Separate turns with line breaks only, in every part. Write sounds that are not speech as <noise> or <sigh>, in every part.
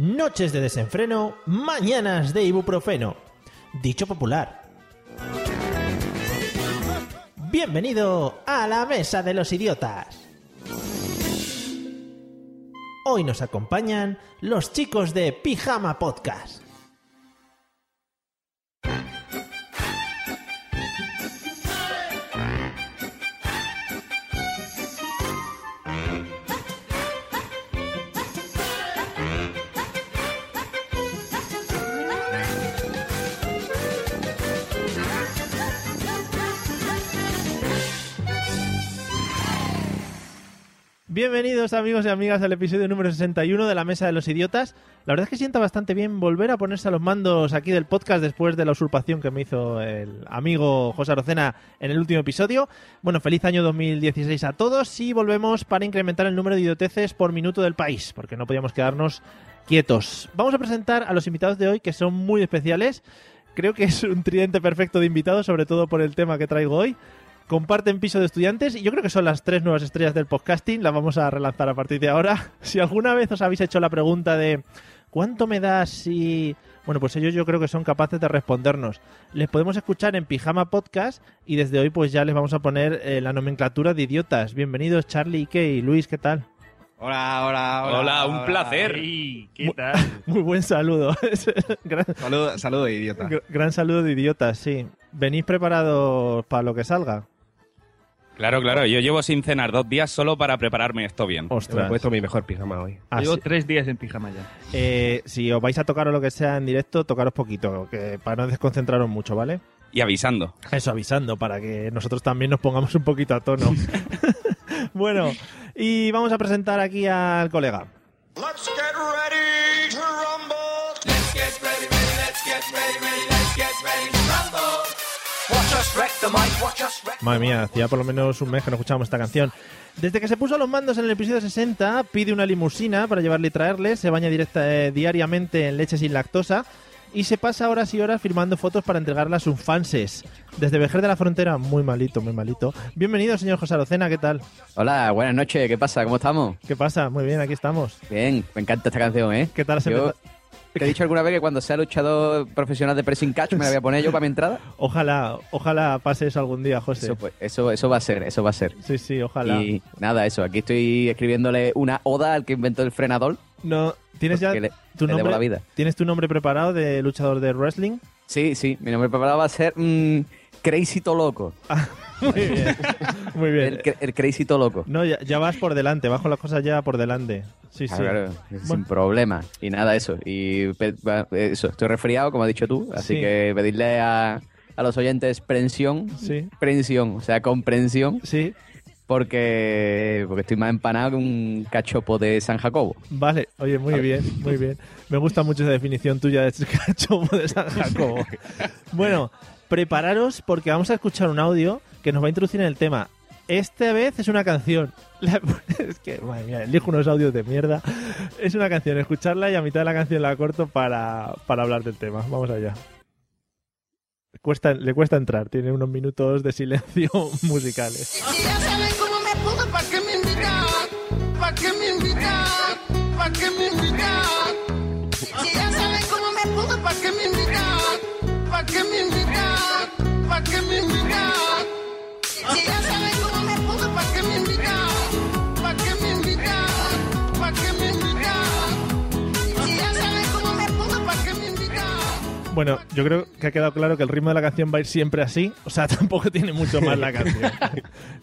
Noches de desenfreno, mañanas de ibuprofeno. Dicho popular. Bienvenido a la Mesa de los Idiotas. Hoy nos acompañan los chicos de Pijama Podcast. Bienvenidos amigos y amigas al episodio número 61 de la Mesa de los Idiotas. La verdad es que sienta bastante bien volver a ponerse a los mandos aquí del podcast después de la usurpación que me hizo el amigo José Arocena en el último episodio. Bueno, feliz año 2016 a todos y volvemos para incrementar el número de idioteces por minuto del país, porque no podíamos quedarnos quietos. Vamos a presentar a los invitados de hoy que son muy especiales. Creo que es un tridente perfecto de invitados, sobre todo por el tema que traigo hoy comparten piso de estudiantes y yo creo que son las tres nuevas estrellas del podcasting, las vamos a relanzar a partir de ahora. <laughs> Si alguna vez os habéis hecho la pregunta de ¿cuánto me das si...? Bueno, pues ellos yo creo que son capaces de respondernos. Les podemos escuchar en Pijama Podcast y desde hoy pues ya les vamos a poner eh, la nomenclatura de idiotas. Bienvenidos Charlie, Key, Luis, ¿qué tal? <laughs>
Hola, hola, hola.
Hola, un placer.
Ey, ¿Qué tal?
Muy buen saludo. <laughs> gran,
Saludo, saludo de idiota.
gr- gran saludo de idiotas, sí. ¿Venís preparados para lo que salga?
Claro, claro, yo llevo sin cenar dos días solo para prepararme esto bien.
Me
Oh.
he
Ostras.
puesto mi mejor pijama hoy.
Así-
Llevo tres días en pijama ya.
Eh, si os vais a tocar o lo que sea en directo, tocaros poquito, que para no desconcentraros mucho, ¿vale?
Y avisando.
Eso avisando, para que nosotros también nos pongamos un poquito a tono. bueno, y vamos a presentar aquí al colega.
Let's get ready to rumble. Let's get ready, ready, let's get ready, ready, let's get ready to rumble. Watch us wreck the mic, watch us wreck.
Madre mía, hacía por lo menos un mes que no escuchábamos esta canción. Desde que se puso a los mandos en el episodio 60, pide una limusina para llevarle y traerle, se baña directa, eh, diariamente en leche sin lactosa y se pasa horas y horas firmando fotos para entregarlas a sus fanses. Desde Vejer de la Frontera, muy malito, muy malito. Bienvenido, señor José Arocena, ¿qué tal?
Hola, buenas noches, ¿qué pasa? ¿Cómo estamos?
¿Qué pasa? Muy bien, aquí estamos.
Bien, me encanta esta canción, ¿eh?
¿Qué tal has
Yo
empezado?
te he dicho alguna vez que cuando sea luchador profesional de pressing catch me la voy a poner yo para
<laughs>
mi entrada.
Ojalá, ojalá pase eso algún día, José.
Eso, pues, eso, eso va a ser, eso va a ser.
Sí, sí, ojalá.
Y nada, eso, aquí estoy escribiéndole una oda al que inventó el frenador.
No, ¿tienes ya
porque le-
tu
le debo
nombre?
la vida.
¿Tienes tu nombre preparado de luchador de wrestling?
Sí, sí, mi nombre preparado va a ser mm, Crazy To Loco.
Muy bien. <laughs> Muy bien.
El, cre- el Crazy To Loco.
No, ya, ya vas por delante, vas con las cosas ya por delante. Sí, sí.
Ah, Claro,
Bueno.
sin problema. Y nada, eso. Y pe- va- eso, estoy resfriado, como has dicho tú, así
Sí.
que pedirle a, a los oyentes prensión.
Sí.
Prensión, o sea, comprensión,
Sí,
porque, porque estoy más empanado que un cachopo de San Jacobo.
vale. Oye, muy bien, muy bien. Me gusta mucho esa definición tuya de cachopo de San Jacobo. Bueno, prepararos porque vamos a escuchar un audio que nos va a introducir en el tema. Esta vez es una canción. La- <laughs> es que, madre mía, elijo unos audios de mierda. Es una canción, escucharla y a mitad de la canción la corto para, para hablar del tema. Vamos allá. Cuesta, le cuesta entrar, tiene unos minutos de silencio <laughs> musicales.
Si ya saben cómo me pongo, ¿para qué me invitan? ¿Para qué me invitan? ¿Para qué me invitan? Si ya saben cómo me pongo, ¿para qué me invitan? ¿Para qué me invitan? ¿Para qué me invitan? Si ya saben cómo me pongo, ¿para qué me invitan? ¿Para qué me invitan? Iya, ¿Para qué me invitan? Si ya saben cómo me pongo, ¿para qué me invitan?
Bueno, yo creo que ha quedado claro que el ritmo de la canción va a ir siempre así. O sea, <laughs> tampoco tiene mucho más la canción.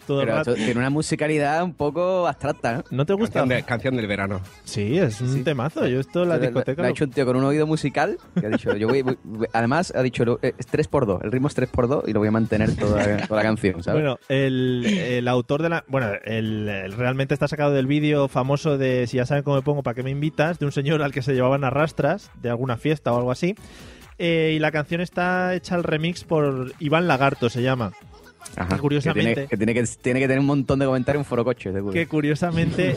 Todo el
Pero
rato.
esto tiene una musicalidad un poco abstracta, ¿no?
¿No te gusta?
Canción, de- canción del verano.
Sí, es un
Sí.
temazo. Yo esto en la
Lo- lo-
discoteca.
Lo ha
lo-
hecho un tío con un oído musical que ha dicho, yo voy, voy- voy- además ha dicho, lo- eh, es 3x2, el ritmo es 3x2 y lo voy a mantener toda, toda la canción, ¿sabes?
Bueno, el, el autor de la. Bueno, el, el- realmente está sacado del vídeo famoso de Si ya saben cómo me pongo, ¿para qué me invitas? de un señor al que se llevaban a rastras de alguna fiesta o algo así. Eh, y la canción está hecha al remix por Iván Lagarto, se llama.
Ajá,
curiosamente-
Que tiene que, tiene que, tiene que tener un montón de comentarios en foro coches, seguro.
Que curiosamente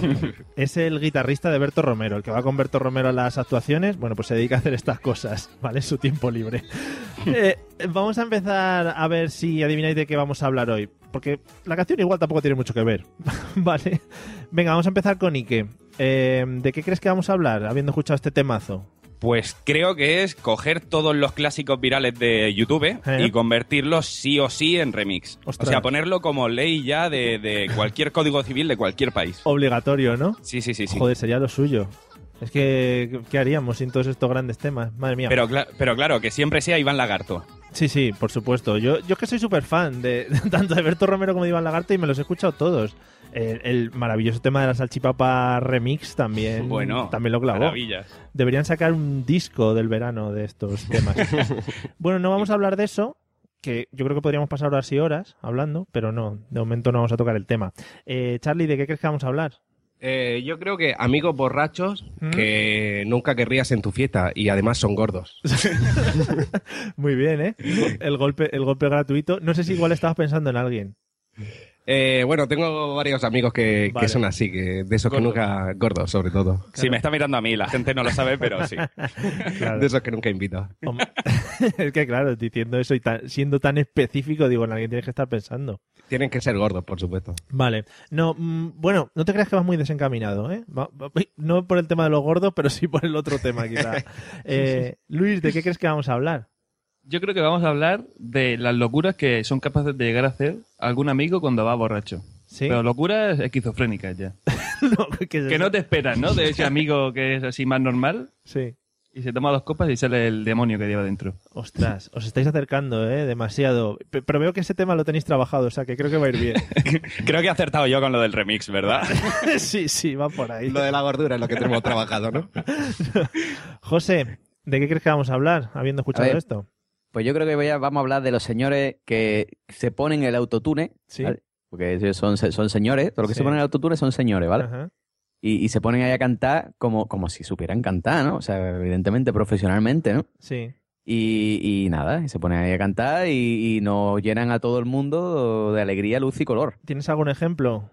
es el guitarrista de Berto Romero, el que va con Berto Romero a las actuaciones. Bueno, pues se dedica a hacer estas cosas, ¿vale? Es su tiempo libre. Eh, vamos a empezar a ver si adivináis de qué vamos a hablar hoy. Porque la canción igual tampoco tiene mucho que ver, <laughs> ¿vale? Venga, vamos a empezar con Ike. Eh, ¿De qué crees que vamos a hablar habiendo escuchado este temazo?
Pues creo que es coger todos los clásicos virales de YouTube
¿Eh?
y convertirlos sí o sí en remix.
Ostras.
O sea, ponerlo como ley ya de, de cualquier código civil de cualquier país.
Obligatorio, ¿no?
Sí, sí, sí, sí.
Joder, sería lo suyo. Es que, ¿qué haríamos sin todos estos grandes temas? Madre mía.
Pero, cla- pero claro, que siempre sea Iván Lagarto.
Sí, sí, por supuesto. Yo, yo es que soy súper fan de <laughs> tanto de Berto Romero como de Iván Lagarto y me los he escuchado todos. El, el maravilloso tema de la salchipapa remix también,
Bueno,
también lo clavó.
Maravillas.
Deberían sacar un disco del verano de estos temas. bueno, no vamos a hablar de eso, que yo creo que podríamos pasar horas y horas hablando, pero no, de momento no vamos a tocar el tema. Eh, Charlie, ¿de qué crees que vamos a hablar?
Eh, yo creo que amigos borrachos
¿Mm?
que nunca querrías en tu fiesta y además son gordos.
Muy bien, ¿eh? El golpe, el golpe gratuito. No sé si igual estabas pensando en alguien.
Eh, bueno, tengo varios amigos que, que
Vale.
son así, que de esos
Gordos.
que nunca... Gordos, sobre todo.
Sí, me está mirando a mí, la gente no lo sabe, pero sí.
Claro.
De esos que nunca invito.
Hom- <laughs> es que claro, diciendo eso y tan- siendo tan específico, digo, en alguien tienes que estar pensando.
Tienen que ser gordos, por supuesto.
Vale. No, mm, bueno, no te creas que vas muy desencaminado, ¿eh? Va- va- uy, no por el tema de los gordos, pero sí por el otro tema, quizá. Eh, Luis, ¿de qué crees que vamos a hablar?
<laughs> Yo creo que vamos a hablar de las locuras que son capaces de llegar a hacer algún amigo cuando va borracho.
¿Sí?
Pero locuras esquizofrénicas ya.
<laughs> No, ¿qué es
Que
eso?
no te esperas, ¿no? De ese amigo que es así más normal
Sí.
y se toma dos copas y sale el demonio que lleva dentro.
Ostras, os estáis acercando, ¿eh? Demasiado. Pe- Pero veo que ese tema lo tenéis trabajado, o sea que creo que va a ir bien. <laughs>
Creo que he acertado yo con lo del remix, ¿verdad?
sí, sí, va por ahí.
Lo de la gordura es lo que <laughs> tenemos trabajado, ¿no?
José, ¿de qué crees que vamos a hablar habiendo escuchado
ver.
esto?
Pues yo creo que vaya- vamos a hablar de los señores que se ponen el autotune,
Sí.
¿vale? porque ellos son, son señores, todo lo que
Sí.
se ponen el autotune son señores, ¿vale?
Ajá.
Y, y se ponen ahí a cantar como, como si supieran cantar, ¿no? O sea, evidentemente, profesionalmente, ¿no?
Sí.
Y, y nada, y se ponen ahí a cantar y, y nos llenan a todo el mundo de alegría, luz y color.
¿Tienes algún ejemplo?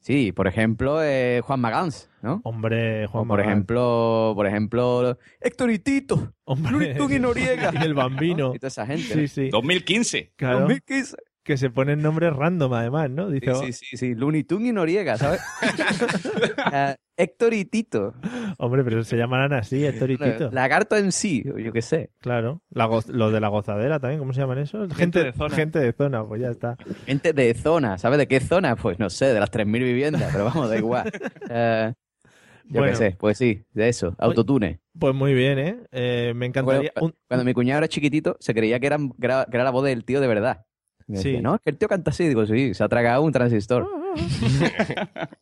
Sí, por ejemplo, eh, Juan Magans, ¿no?
Hombre, Juan
O por
Magán.
ejemplo, por ejemplo, Héctoritito,
Hombre,
Luritun y Noriega.
<laughs> y el bambino.
<laughs> Y toda esa gente.
Sí, sí.
2015.
Claro,
2015.
que se ponen nombres random además, ¿no? Dice,
Sí, sí, sí, sí. Looney Tunes y
<laughs>
Noriega, ¿sabes? <laughs> Ah, Héctor y Tito.
hombre, pero se llamarán así, Héctor y Tito.
Lagarto en sí, o yo qué sé.
Claro. La go- los de la gozadera también, ¿cómo se llaman eso? Gente,
de zona.
Gente de zona, pues ya está.
Gente de zona, ¿sabes de qué zona? Pues no sé, de las 3.000 viviendas, pero vamos, da
<laughs>
igual. Eh, yo
Bueno.
qué sé, pues sí, de eso, autotune.
Pues muy bien, ¿eh? Eh, me encantaría...
Bueno,
un-
Cuando mi cuñado era chiquitito, se creía que, eran, que era, que era la voz del tío de verdad. Y me
Sí. Ah,
decía, no, es que el tío canta así. Digo, sí, se ha tragado un transistor.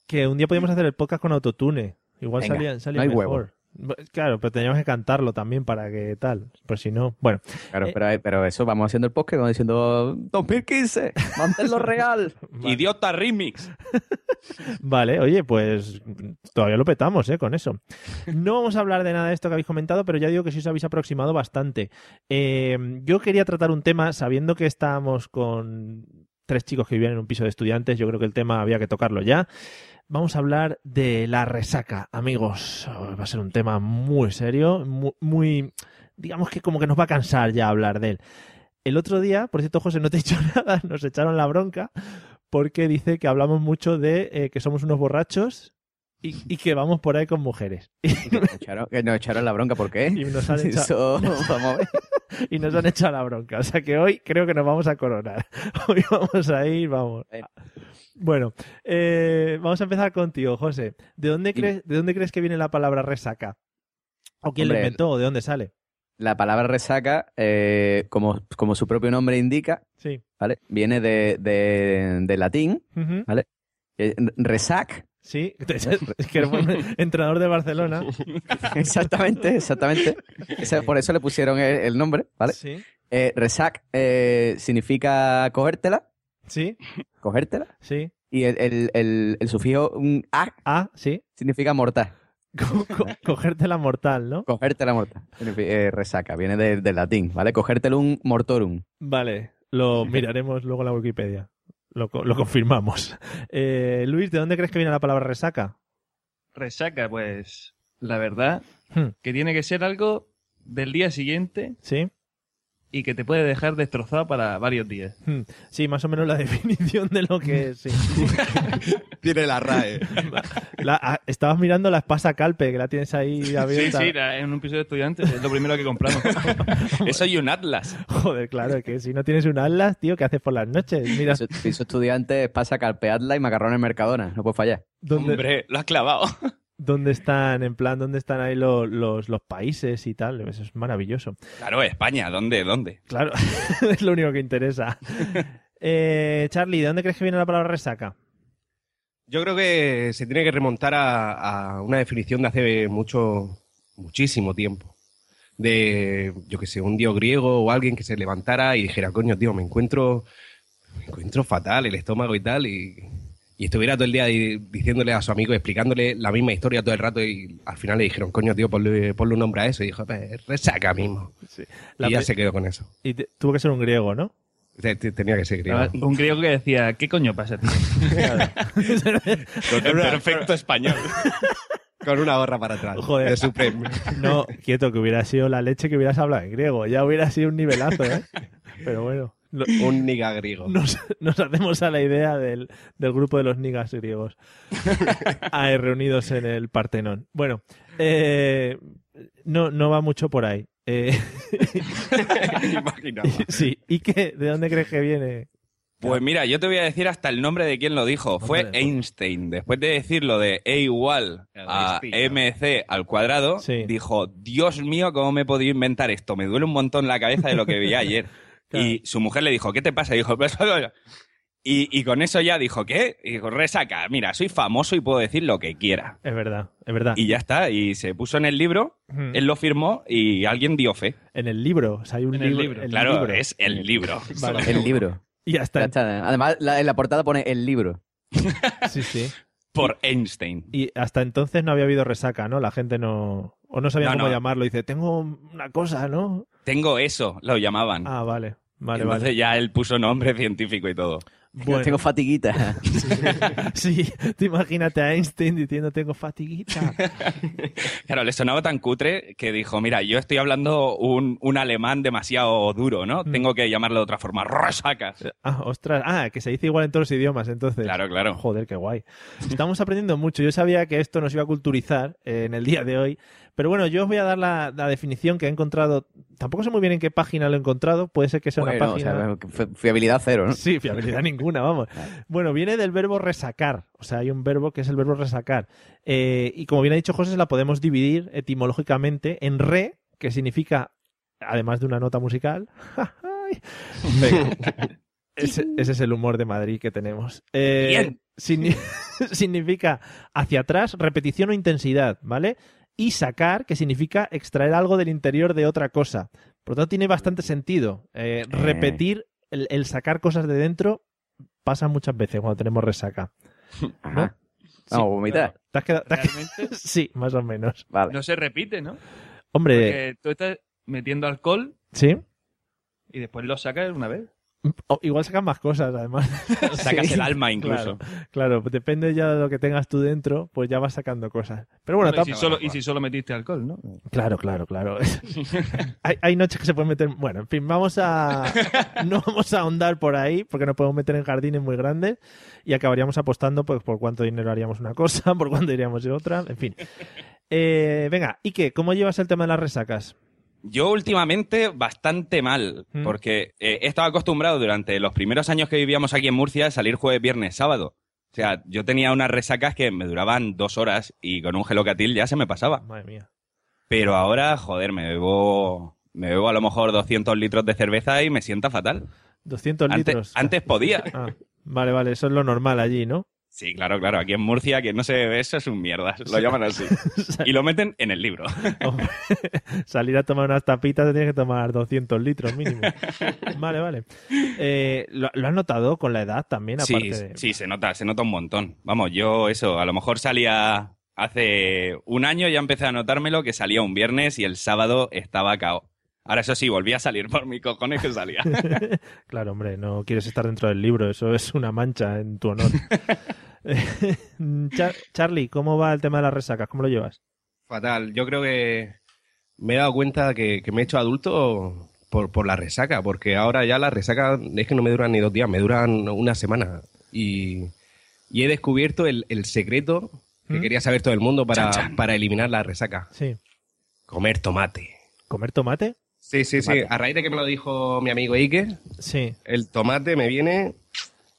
que un día podíamos hacer el podcast con autotune. Igual
Venga,
salía, salía
no hay
mejor. Claro, pero teníamos que cantarlo también para que tal. Pues si no... Bueno,
Claro,
Eh.
pero, pero eso, vamos haciendo el podcast, vamos diciendo, 2015,
<laughs>
manténlo real.
Idiota remix.
Vale, oye, pues todavía lo petamos, ¿eh? Con eso. No vamos a hablar de nada de esto que habéis comentado, pero ya digo que sí os habéis aproximado bastante. Eh, yo quería tratar un tema, sabiendo que estábamos con tres chicos que vivían en un piso de estudiantes, yo creo que el tema había que tocarlo ya. Vamos a hablar de la resaca, amigos. Oh, Va a ser un tema muy serio, mu- muy, digamos que como que nos va a cansar ya hablar de él. El otro día, por cierto, José, no te he dicho <laughs> nada, nos echaron la bronca porque dice que hablamos mucho de eh, que somos unos borrachos y, y que vamos por ahí con mujeres.
Y que nos echaron, que nos echaron la bronca, ¿por qué?
Y nos
<laughs>
han echado-
Eso, vamos a ver.
y nos han echado la bronca. O sea que hoy creo que nos vamos a coronar. <laughs> Hoy vamos a ir, vamos.
Bueno.
Bueno, eh, vamos a empezar contigo, José. ¿De dónde,
Dime.
crees, ¿De dónde crees que viene la palabra resaca? ¿O quién la
Hombre,
inventó? ¿O de dónde sale?
la palabra resaca, eh, como, como su propio nombre indica,
Sí.
¿vale? Viene de, de, de latín,
Ujú.
eh,
<laughs>
resac,
Sí, es que
<laughs>
eres buen entrenador de Barcelona.
exactamente, exactamente. Ese- por eso le pusieron el, el nombre, ¿vale?
Sí,
Eh, resac eh, significa cogértela,
sí,
cogértela,
sí.
y el, el, el- el sufijo mm, ac
Ah, sí.
significa mortal.
Co- co- cogerte la mortal, ¿no?
Cogértela mortal. Signifi- eh, resaca, viene de- del latín, ¿vale? Cogértelo un mortorum.
Vale, lo miraremos luego en la Wikipedia. Lo, co- lo confirmamos. <laughs> Eh, Luis, ¿de dónde crees que viene la palabra resaca?
Resaca, pues, la verdad,
Hmm.
que tiene que ser algo del día siguiente
¿Sí?
y que te puede dejar destrozado para varios días.
Sí, más o menos la <laughs> definición de lo que es. sí.
Tiene la RAE.
<laughs> La- ah, estabas mirando la espasa calpe, que la tienes ahí
Sí,
abierta.
sí, la- en un piso de estudiantes es lo primero que compramos.
<laughs> Eso y un atlas.
Joder, claro, es que si no tienes un atlas, tío, ¿qué haces por las noches? Mira,
Si si sos estudiante, pasa calpeadla y macarrones mercadona, no puede fallar.
¿dónde,
Hombre, lo has clavado.
dónde están, en plan, dónde están ahí lo- los, los países y tal? Eso es maravilloso.
Claro, España, ¿dónde? ¿Dónde?
Claro, <laughs> es lo único que
<laughs>
interesa. Eh, Charlie, ¿de dónde crees que viene la palabra resaca?
Yo creo que se tiene que remontar a, a una definición de hace mucho, muchísimo tiempo. De, yo que sé, un dios griego o alguien que se levantara y dijera, coño, tío, me encuentro, me encuentro fatal, el estómago y tal, y, y estuviera todo el día di- diciéndole a su amigo, explicándole la misma historia todo el rato, y al final le dijeron, coño, tío, ponle, ponle un nombre a eso, y dijo, "Pues, resaca mismo.
La
y ya
pe-
se quedó con eso.
Y te- tuvo que ser un griego,
<laughs>
¿no?
Te- te- Tenía que ser griego.
Ah, Un griego que decía, ¿qué coño pasa, tío?
En perfecto
<laughs>
español. <laughs>
Con una gorra para atrás.
<laughs> Joder.
De Supreme.
No, quieto, que hubiera sido la leche que hubieras hablado en griego. Ya hubiera sido un nivelazo, ¿eh? Pero bueno, no-
Un niga griego.
nos, nos hacemos a la idea del, del grupo de los nigas griegos Ah, eh, reunidos en el Partenón. Bueno, eh, no, no va mucho por ahí. Eh,
Imaginaba.
<laughs> sí, ¿y qué? ¿De dónde crees que viene?
Pues mira, yo te voy a decir hasta el nombre de quien lo dijo. Fue
Hombre. pues.
Einstein. Después de decir lo de E igual a mc al cuadrado,
Sí.
dijo, Dios mío, ¿cómo me he podido inventar esto? Me duele un montón la cabeza de lo que
<laughs>
vi ayer.
Claro.
Y su mujer le dijo, ¿qué te pasa? Y dijo, <laughs> "Pues, y, y con eso ya dijo, ¿qué? Y dijo, resaca, mira, soy famoso y puedo decir lo que quiera.
Es verdad, es verdad.
Y ya está, y se puso en el libro,
Mm.
él lo firmó y alguien dio fe.
En el libro, o sea, hay un
En el
libro.
libro,
en
claro,
libro.
es el libro.
<laughs> Vale.
El libro.
Y
Ya
hasta
está. Además, la- en la portada pone el libro.
sí, sí.
Por Einstein.
Y hasta entonces no había habido resaca, ¿no? La gente no. O no sabía
No,
cómo
no.
llamarlo. Dice, tengo una cosa, ¿no?
Tengo eso, lo llamaban.
Ah, vale. Vale,
Entonces <laughs>
vale.
ya él puso nombre <laughs> científico y todo.
Bueno,
Tengo fatiguita.
sí, <laughs> te imagínate a Einstein diciendo tengo fatiguita.
Claro, le sonaba tan cutre que dijo, mira, yo estoy hablando un, un alemán demasiado duro, ¿no?
Mm.
Tengo que llamarlo de otra forma. Resaca.
Ah, ostras. Ah, que se dice igual en todos los idiomas, entonces. <laughs>
Claro, claro.
Joder, qué guay. Estamos aprendiendo mucho. Yo sabía que esto nos iba a culturizar eh, en el día de hoy. Pero bueno, yo os voy a dar la, la definición que he encontrado. Tampoco sé muy bien en qué página lo he encontrado. Puede ser que sea una
Bueno, o
página.
sea, fi- fiabilidad cero, ¿no?
Sí, fiabilidad ninguna, vamos. Bueno, viene del verbo resacar. O sea, hay un verbo que es el verbo resacar. Eh, y como bien ha dicho José, la podemos dividir etimológicamente en re, que significa, además de una nota musical. <laughs> Venga. Ese, ese es el humor de Madrid que tenemos. Eh,
Bien.
signi- <laughs> significa hacia atrás, repetición o intensidad, ¿vale? Y sacar, que significa extraer algo del interior de otra cosa. Por lo tanto, tiene bastante sentido. Eh, repetir, el, el sacar cosas de dentro pasa muchas veces cuando tenemos resaca.
Ajá. Vamos, vomitar.
¿Te has quedado- te has quedado- <laughs>
Realmente
Sí, más o menos.
Vale.
<laughs> no se repite, ¿no?
Hombre,
Porque tú estás metiendo alcohol
¿sí?
y después lo sacas una vez.
O- igual sacan más cosas, además. <laughs>
Sacas
Sí.
el alma incluso.
Claro, depende ya de lo que tengas tú dentro, pues ya vas sacando cosas. Pero bueno,
Bueno, y,
tamp-
si solo, y si solo metiste alcohol, ¿no?
Claro, claro,
<laughs>
claro. hay, hay noches que se pueden meter. Bueno, en fin, vamos
<laughs>
a. No vamos a ahondar por ahí, porque nos podemos meter en jardines muy grandes y acabaríamos apostando pues, por cuánto dinero haríamos una cosa, <laughs> por cuánto iríamos de otra, en fin. Eh, venga, Ike, ¿cómo llevas el tema de las resacas?
Yo últimamente bastante mal,
Mm.
porque eh, he estado acostumbrado durante los primeros años que vivíamos aquí en Murcia a salir jueves, viernes, sábado. O sea, yo tenía unas resacas que me duraban dos horas y con un gelocatil ya se me pasaba.
Madre mía.
Pero ahora, joder, me bebo, me bebo a lo mejor 200 litros de cerveza y me sienta fatal.
200
Antes-
litros.
antes podía.
Ah, vale, vale, eso es lo normal allí, ¿no?
Sí, claro, claro. Aquí en Murcia, quien no se ve eso es un mierda. Lo
<laughs>
llaman así. Y lo meten en el libro.
Hombre, <laughs> Salir a tomar unas tapitas te tienes que tomar 200 litros mínimo. Vale, vale. Eh, ¿lo, lo has notado con la edad también?
Sí,
Aparte de-
sí, se nota, se nota un montón. Vamos, yo eso, a lo mejor salía hace un año, ya empecé a notármelo, que salía un viernes y el sábado estaba cao. Ahora eso sí, volví a salir por mis cojones
<laughs>
que salía.
Claro, hombre, no quieres estar dentro del libro, eso es una mancha en tu
<laughs>
honor. <laughs> Eh, Char- Charlie, ¿cómo va el tema de las resacas? ¿Cómo lo llevas?
Fatal. Yo creo que me he dado cuenta que, que me he hecho adulto por, por la resaca, porque ahora ya la resaca es que no me duran ni dos días, me duran una semana. Y, y he descubierto el, el secreto que
¿Mm?
quería saber todo el mundo para,
Chan, chan.
para eliminar la resaca.
Sí.
Comer tomate.
¿Comer tomate?
Sí, sí, sí. A raíz de que me lo dijo mi amigo Ike,
Sí.
el tomate me viene...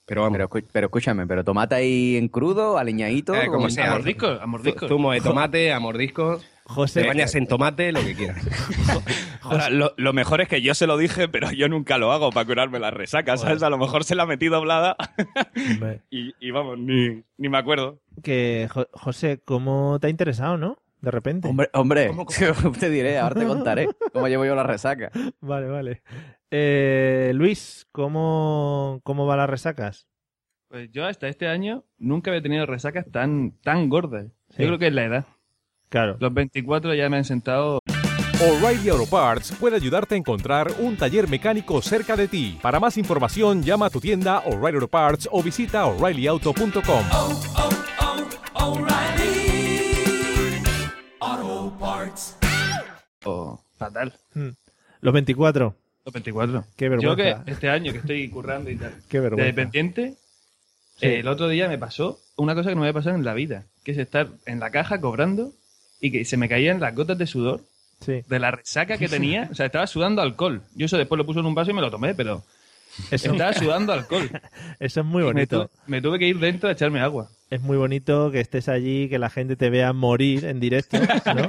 Pero vamos,
Pero, escu- pero escúchame, pero tomate ahí en crudo, aliñadito.
Eh, como
con-
sea.
mordisco, a mordisco.
zumo de tomate, a mordiscos, te
José,
bañas en tomate, lo que quieras.
Ahora, lo, lo mejor es que yo se lo dije, pero yo nunca lo hago para curarme la resaca, ¿sabes? A lo mejor se la metí doblada
hombre,
y, y vamos, ni, ni me acuerdo.
eh, que, Jo- José, ¿cómo te ha interesado, no? De repente.
Hombre, hombre, <laughs> te diré, ahora te contaré cómo llevo yo la resaca.
Vale, vale. Eh, Luis, ¿cómo, ¿cómo va las resacas?
Pues yo hasta este año nunca había tenido resacas tan, tan gordas.
Sí.
Yo creo que es la edad.
Claro.
Los 24 ya me han sentado.
<laughs> O'Reilly Auto Parts puede ayudarte a encontrar un taller mecánico cerca de ti. Para más información, llama a tu tienda O'Reilly Auto Parts o visita oreillyauto.com.
O'Reilly Auto Parts.
Fatal.
Hmm. Los 24.
Los 24.
Qué
Yo que
vergüenza.
este año que estoy currando y tal.
Qué
de
vergüenza.
dependiente,
Sí.
eh, el otro día me pasó una cosa que no me había pasado en la vida, que es estar en la caja cobrando y que se me caían las gotas de sudor
Sí.
de la resaca que tenía. O sea, estaba sudando alcohol. Yo eso después lo puse en un vaso y me lo tomé, pero
Eso,
estaba sudando alcohol.
eso es muy
Me,
bonito.
tu- me tuve que ir dentro a echarme agua.
Es muy bonito que estés allí, que la gente te vea morir en directo, ¿no?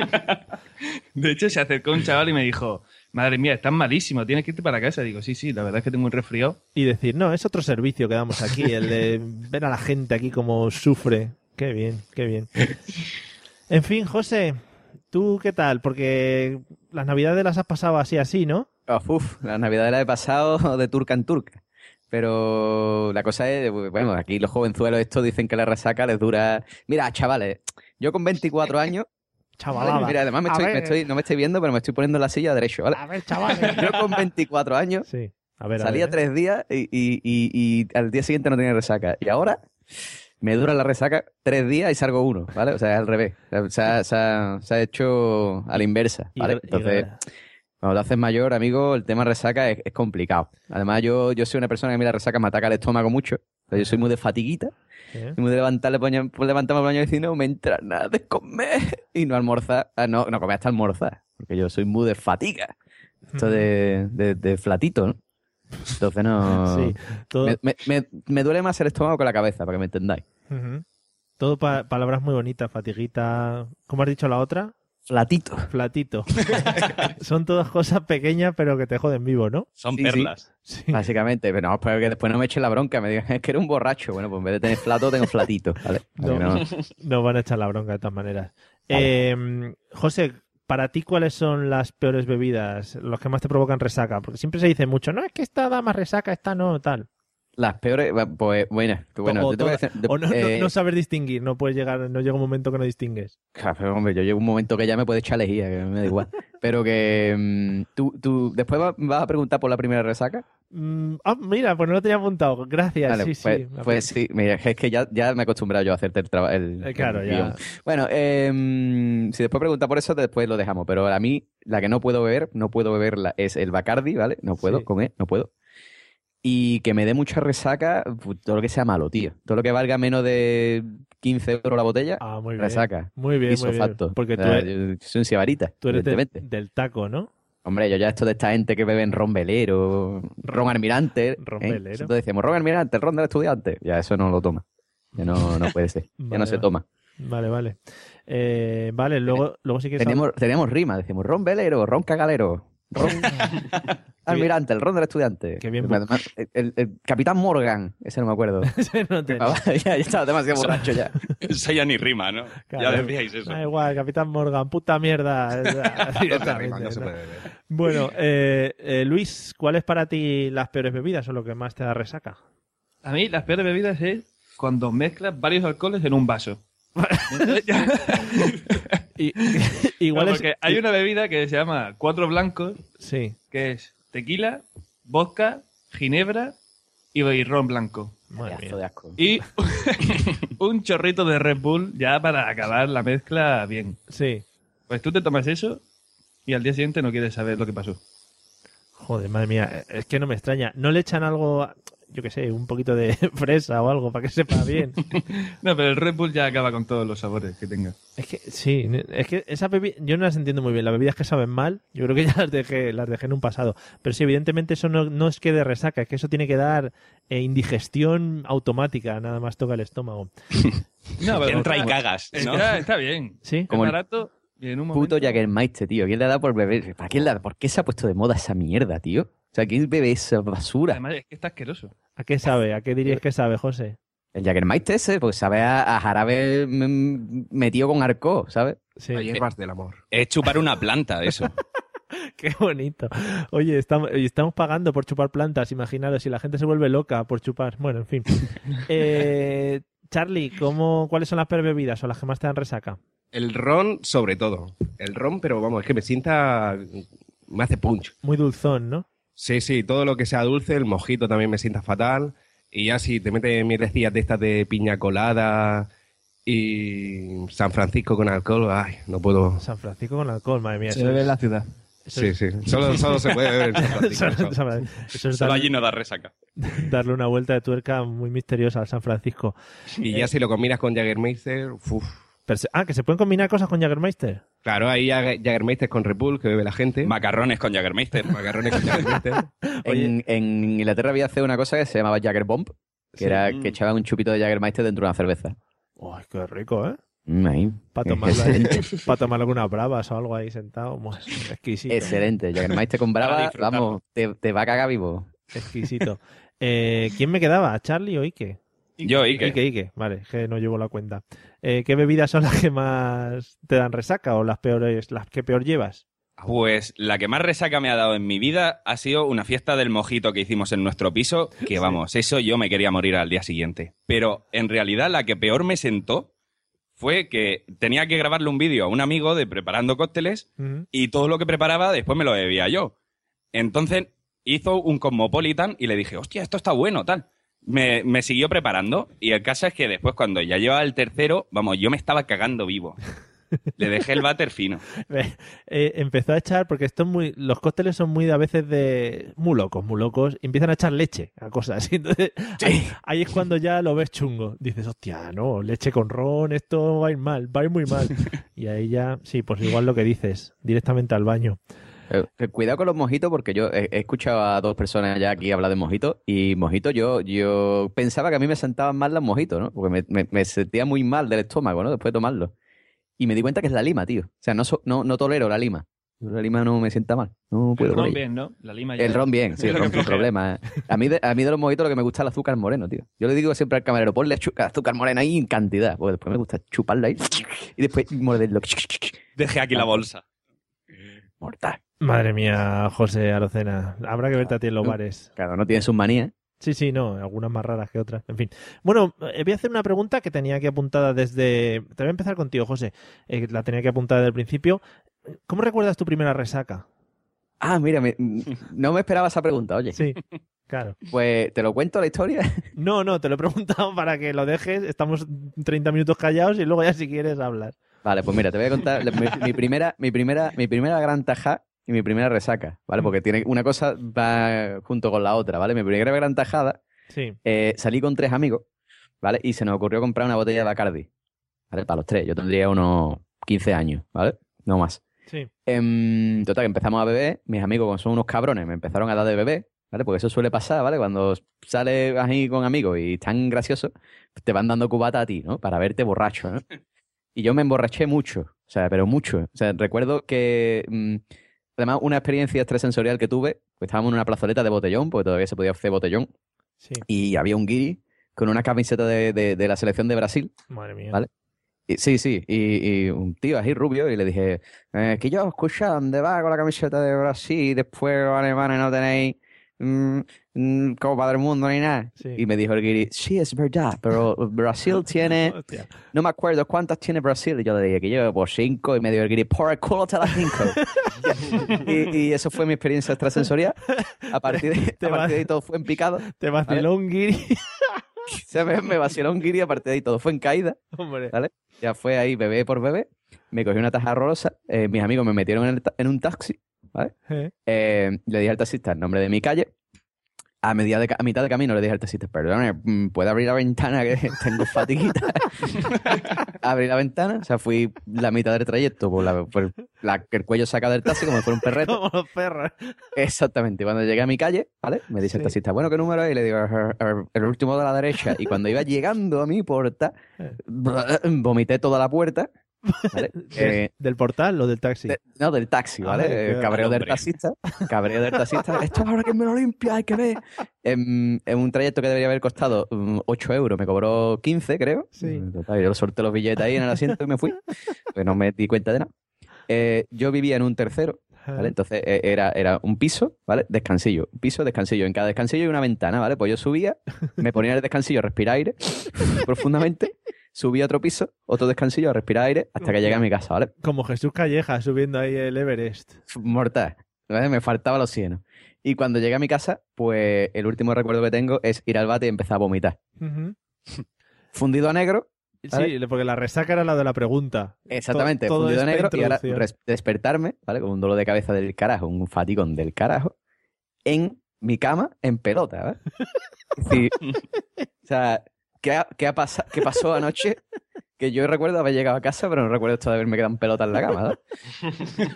De hecho, se acercó un chaval y me dijo, madre mía, estás malísimo, tienes que irte para casa. Digo, sí, sí, la verdad es que tengo un resfriado.
Y decir, no, es otro servicio que damos aquí, el de ver a la gente aquí como sufre. Qué bien, qué bien. En fin, José, ¿tú qué tal? Porque las navidades las has pasado así, así, ¿no?
Ah, Uf, la Navidad la he pasado de turca en turca. Pero la cosa es, bueno, aquí los jovenzuelos estos dicen que la resaca les dura... Mira, chavales, yo con 24
<laughs>
años...
Chavalada.
Mira, además me
A
estoy,
ver.
me estoy- no me estoy viendo, pero me estoy poniendo en la silla derecho, ¿vale?
A ver, chavales.
<laughs> Yo con 24 años
Sí. A ver, a
salía
ver, ¿eh?
tres días y, y- y- y al día siguiente no tenía resaca. Y ahora me dura la resaca tres días y salgo uno, ¿vale? O sea, es al revés. O sea, Se ha, se ha- se ha hecho a la inversa,
Y
¿vale?
gra- y
Entonces,
gra-
cuando te haces mayor, amigo, el tema resaca es, es complicado. Además, yo, yo soy una persona que a mí la resaca me ataca el estómago mucho. O sea, yo soy muy de fatiguita.
¿eh?
Y me levantarme por la mañana y decir, no me entra nada de comer. Y no almorzar. ah, no, no comer hasta almorzar. Porque yo soy muy de fatiga. Esto de, de, de flatito, ¿no? Entonces
<laughs>
no.
Sí, todo,
Me, me- me- me duele más el estómago que la cabeza, para que me entendáis.
Ujú. Todo pa- palabras muy bonitas, fatiguita. ¿Cómo has dicho la otra? <laughs>
Flatito. <laughs>
Platito. Son todas cosas pequeñas, pero que te joden vivo, ¿no?
Son
Sí, sí.
perlas. <laughs>
Sí.
Básicamente. Pero no, pues que después no me echen la bronca. Me digan, es que eres un borracho. Bueno, pues en vez de tener flato, tengo flatito.
<laughs>
¿vale? Para que
No.
no-
Nos van a echar la bronca de todas maneras. Eh, José, para ti, ¿cuáles son las peores bebidas? Los que más te provocan resaca. Porque siempre se dice mucho, no, es que esta da más resaca, esta no, tal.
Las peores. Pues bueno, bueno,
o,
yo tengo que
todas.
decir-
O no, no-
eh,
no saber distinguir, no puedes llegar, no llega un momento que no distingues.
Ja, pero, hombre, yo llego un momento que ya me puede echar lejía, que me da igual. Pero que mm, tú, tú después va- vas a preguntar por la primera resaca.
Mm, ah, mira, pues no lo tenía apuntado. Gracias,
Vale,
sí,
pues,
sí. me
pues sí, mira, es que ya, ya me he acostumbrado yo a hacerte el trabajo. El,
Eh, claro,
el
ya.
guión. Bueno, eh, mm, si después preguntas por eso, después lo dejamos. Pero a mí, la que no puedo beber, no puedo beberla, es el Bacardi, ¿vale? No puedo
Sí.
comer, no puedo. Y que me dé mucha resaca, pu- todo lo que sea malo, tío. Todo lo que valga menos de 15 euros la botella,
Ah, muy bien.
resaca.
Muy bien, muy bien.
Isofacto.
Porque tú
O sea,
eres,
yo soy un cibarita,
tú eres de-
evidentemente.
del taco, ¿no?
Hombre, yo ya esto de esta gente que beben ron velero, ron almirante. ¿eh?
<laughs> Ron velero.
Nosotros decíamos ron almirante, el ron del estudiante. Ya eso no lo toma. Ya no, no
<laughs>
puede ser. ya
Vale,
no se
vale.
toma.
Vale, vale. Eh, vale, luego, luego sí que
Teníamos, teníamos rima, decimos ron velero, ron cagalero.
<laughs>
Ron <laughs> Almirante, el ron del estudiante.
Qué bien.
Además, el, el- el Capitán Morgan, ese no
<laughs>
me acuerdo. <laughs>
Ese <laughs> no te-
Ah, ya, ya estaba demasiado borracho ya.
Eso ya ni rima, ¿no?
Claro.
Ya decíais eso.
Da igual, Capitán Morgan, puta mierda. <laughs>
Esa
directamente,
rima no se
¿no?
puede beber.
Bueno, eh, eh, Luis, ¿cuál es para ti las peores bebidas o lo que más te da resaca?
A mí las peores bebidas es cuando mezclas varios alcoholes en un vaso.
Y- <laughs> igual
No,
es-
porque hay una bebida que se llama cuatro blancos,
Sí.
que es tequila, vodka, ginebra y y ron blanco.
<laughs> Madre mía.
Pedazo de asco.
Y <laughs> un chorrito de Red Bull ya para acabar la mezcla bien.
Sí.
Pues tú te tomas eso y al día siguiente no quieres saber lo que pasó.
Joder, madre mía, es que no me extraña. ¿No le echan algo, yo qué sé, un poquito de <laughs> fresa o algo para que sepa bien?
No, pero el Red Bull ya acaba con todos los sabores que tenga.
Es que sí, es que esas bebidas, yo no las entiendo muy bien. Las bebidas que saben mal, yo creo que <laughs> ya las dejé, las dejé en un pasado. Pero sí, evidentemente eso no, no es que de resaca, es que eso tiene que dar eh, indigestión automática, nada más toca el estómago.
<laughs>
No, pero
Entra y cagas, ¿no?
Está, está bien.
¿Sí?
Es
Como el
barato y en un momento...
Puto Jaggermeister, tío. ¿Quién le da por beber? ¿Para quién le da? ¿Por qué se ha puesto de moda esa mierda, tío? O sea, ¿quién bebe esa basura?
Además es que está asqueroso.
¿A qué sabe? ¿A qué dirías que sabe, José?
El Jaggermeister ese, pues sabe a, a jarabe mm, metido con arco, ¿sabes?
Sí.
Las hierbas del amor.
Es chupar una planta, <laughs> eso.
<laughs> Qué bonito. Oye, estamos, oye, estamos pagando por chupar plantas, imaginaros, si la gente se vuelve loca por chupar. Bueno, en fin. Eh, Charlie, ¿cómo, ¿cuáles son las peores bebidas o las que más te dan resaca?
El ron, sobre todo. El ron, pero vamos, es que me sienta. Me hace punch.
Muy dulzón, ¿no?
Sí, sí, todo lo que sea dulce, el mojito también me sienta fatal. Y ya si te metes mierdecillas de estas de piña colada y San Francisco con alcohol, ay, no puedo.
San Francisco con alcohol, madre mía.
Se
eso
bebe
es-
en la ciudad.
eso
Sí,
es-
sí. Solo, solo se puede beber en San Francisco.
<laughs> San-
solo.
San Francisco. Eso es
Solo
dar-
allí no da resaca.
darle una vuelta de tuerca muy misteriosa al San Francisco.
Y ya si lo combinas con Jagermeister, uff.
Pero se- ah, que se pueden combinar cosas con Jagermeister.
Claro, ahí Jag- Jagermeister con Red Bull, que bebe la gente.
Macarrones con Jagermeister.
Macarrones con Jagermeister.
En, en Inglaterra había hace una cosa que se llamaba Jaggerbomb, que era
Mm.
que echaban un chupito de Jaggermeister dentro de una cerveza.
Ay, qué rico, ¿eh?
Mm, ahí. <laughs>
Para tomarlo, ahí- <laughs> pa' tomarlo con unas bravas o algo ahí sentado. Buah, Exquisito.
Excelente. Jaggermeister con brava,
disfrutarlo.
vamos, te, te va a cagar vivo.
Exquisito. Eh, ¿Quién me quedaba? ¿Charlie o Ike?
Yo, Ike.
Ike, Ike. Vale, que no llevo la cuenta. Eh, ¿Qué bebidas son las que más te dan resaca o las peores, las que peor llevas?
Pues la que más resaca me ha dado en mi vida ha sido una fiesta del mojito que hicimos en nuestro piso, que vamos, eso yo me quería morir al día siguiente. Pero en realidad la que peor me sentó fue que tenía que grabarle un vídeo a un amigo de preparando cócteles
Ujú.
y todo lo que preparaba después me lo bebía yo. Entonces hizo un Cosmopolitan y le dije, hostia, esto está bueno, tal. Me, me siguió preparando y el caso es que después cuando ya llevaba el tercero, vamos, yo me estaba cagando vivo. Le dejé el váter fino.
<laughs> Eh, empezó a echar, porque esto es muy, los cócteles son muy de- a veces de muy locos, muy locos, y empiezan a echar leche a cosas. <laughs> Y Entonces, ahí, ahí es cuando ya lo ves chungo. Dices, hostia, no, leche con ron, esto va a ir mal, va a ir muy mal. y ahí ya, sí, pues igual lo que dices, directamente al baño.
Eh, eh, Cuidado con los mojitos, porque yo he, he escuchado a dos personas ya aquí hablar de mojitos, y mojitos yo, yo pensaba que a mí me sentaban mal los mojitos, ¿no? Porque me, me- me sentía muy mal del estómago, ¿no? Después de tomarlo. Y me di cuenta que es la lima, tío. O sea, no, so- no, no tolero la lima. Yo La lima no me sienta mal. No puedo
El
con
ron
ella.
bien, ¿no? La lima ya.
El ron bien, sí, el
Es lo
ron
que
sin
flojea.
problema. ¿eh? A mí, de, a mí de los mojitos lo que me gusta es el azúcar moreno, tío. Yo le digo siempre al camarero, ponle achu- azúcar moreno ahí en cantidad, porque después me gusta chuparla ahí y después morderlo.
<laughs> Dejé aquí la bolsa.
Mortal.
Madre mía, José Arocena, habrá que verte a ti en los
No.
bares.
Cada uno tiene sus manías.
Sí, sí, no, algunas más raras que otras. En fin. Bueno, eh, voy a hacer una pregunta que tenía aquí apuntada desde. Te voy a empezar contigo, José. Eh, la tenía que apuntar desde el principio. ¿Cómo recuerdas tu primera resaca?
Ah, mira, me- no me esperaba esa pregunta, oye.
Sí, claro.
Pues te lo cuento la historia. <laughs>
No, no, te lo he preguntado para que lo dejes. Estamos 30 minutos callados y luego ya si quieres hablas.
Vale, pues mira, te voy a contar la- mi, mi primera, mi, primera, mi primera gran tajada y mi primera resaca, ¿vale? Porque tiene una cosa va junto con la otra, ¿vale? Mi primera gran tajada
Sí.
Eh, salí con tres amigos, ¿vale? Y se nos ocurrió comprar una botella de Bacardi, ¿vale? Para los tres. Yo tendría unos 15 años, ¿vale? No más.
Sí.
Em, total, que empezamos a beber. Mis amigos, como son unos cabrones, me empezaron a dar de beber, ¿vale? Porque eso suele pasar, ¿vale? Cuando sales ahí con amigos y están graciosos, te van dando cubata a ti, ¿no? Para verte borracho, ¿no? Y yo me emborraché mucho, o sea, pero mucho. O sea, recuerdo que... mm, además, una experiencia extrasensorial que tuve, pues estábamos en una plazoleta de botellón, porque todavía se podía hacer botellón,
Sí.
y había un guiri con una camiseta de, de- de la selección de Brasil.
Madre mía.
Vale. Y- sí, sí, y, y un tío así rubio, y le dije, eh, que yo, escucha, ¿dónde va con la camiseta de Brasil y después los alemanes no tenéis mm, mm, Copa del Mundo ni nada?
Sí.
Y me dijo el guiri, sí, es verdad, pero
<laughs>
Brasil tiene...
Hostia.
No me acuerdo cuántas tiene Brasil. Y yo le dije que yo por cinco y medio el guiri, por el culo te
<laughs>
las cinco. y, y eso fue mi experiencia extrasensorial. A partir de,
Te
a
vas-
partir de ahí todo fue en picado.
Te vaciló un guiri.
Se me, me vaciló un guiri a partir de ahí todo fue en caída.
<laughs> Hombre.
¿Vale? Ya fue ahí bebé por bebé. Me cogí una taja rosa. eh, mis amigos me metieron en, el ta- en un taxi.
Eh,
Eh, le dije al taxista el nombre de mi calle. A, media de ca- a mitad de camino le dije al taxista, perdone, mm, ¿puede abrir la ventana que <laughs> tengo fatiguita? Abrí la ventana, o sea, fui la mitad del trayecto, por la, por la- el cuello sacado del taxi como si fuera un perrete.
Como los perros.
Exactamente, cuando llegué a mi calle, ¿vale? Me dice el
Sí.
taxista, bueno, ¿qué número es? Y le digo, "Er, er, el último de la derecha. Y cuando iba llegando a mi puerta,
Eh.
<laughs> vomité toda la puerta.
<laughs>
¿vale? Eh,
¿Del portal o del taxi?
de- no, del taxi,
Ah,
¿vale?
vale,
El
qué
cabreo del
hombre.
taxista. Cabreo del taxista. Esto ahora que me lo limpia, hay que ver. En, en un trayecto que debería haber costado mm, 8 euros, me cobró 15, creo.
Sí.
Mm, total, Yo solté los billetes ahí en el asiento y me fui. Pues no me di cuenta de nada. Eh, yo vivía en un tercero, ¿vale? Entonces eh, era, era un piso, ¿vale? Descansillo. Un piso, descansillo. En cada descansillo hay una ventana, ¿vale? Pues yo subía, me ponía en el descansillo a respirar aire <laughs> profundamente, subía a otro piso, otro descansillo a respirar aire hasta que llegué a mi casa, ¿vale?
Como Jesús Calleja subiendo ahí el Everest.
mortal. ¿vale? Me faltaba los cienos. Y cuando llegué a mi casa, pues el último recuerdo que tengo es ir al bate y empezar a vomitar.
Ujú.
Fundido a negro,
Sí, porque la resaca era la de la pregunta.
exactamente,
todo
fundido a
esta
negro, y ahora
introducción.
res- despertarme, ¿vale? Con un dolor de cabeza del carajo, un fatigón del carajo, en mi cama, en pelota, ¿vale? Es decir, o sea, ¿qué, ha- qué ha pasa- qué pasó anoche? Que yo recuerdo haber llegado a casa, pero no recuerdo esto de haberme quedado en pelota en la cama, ¿vale?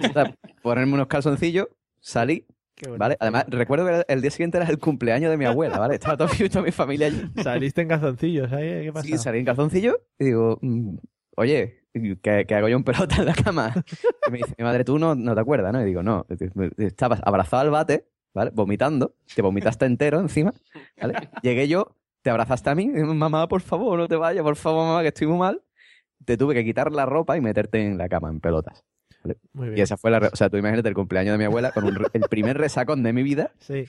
O sea, ponerme unos calzoncillos, salí,
Qué bonito.
¿Vale? Además, recuerdo que el día siguiente era el cumpleaños de mi abuela, ¿vale? Estaba todo <laughs> junto a mi familia allí.
Saliste en calzoncillos ahí, ¿qué pasa?
Sí, salí en calzoncillo y digo, mm, oye, ¿qué, qué hago yo en pelota en la cama? <laughs> Y me dice, mi madre, tú no, no te acuerdas, ¿no? Y digo, no, estabas abrazado al bate, ¿vale? Vomitando, te vomitaste entero encima, ¿vale? Llegué yo, te abrazaste a mí, y, mamá, por favor, no te vayas, por favor, mamá, que estoy muy mal. Te tuve que quitar la ropa y meterte en la cama, en pelotas.
Muy bien.
Y esa fue la... re- O sea, tú imagínate el cumpleaños de mi abuela con un re- el primer resacón de mi vida
Sí.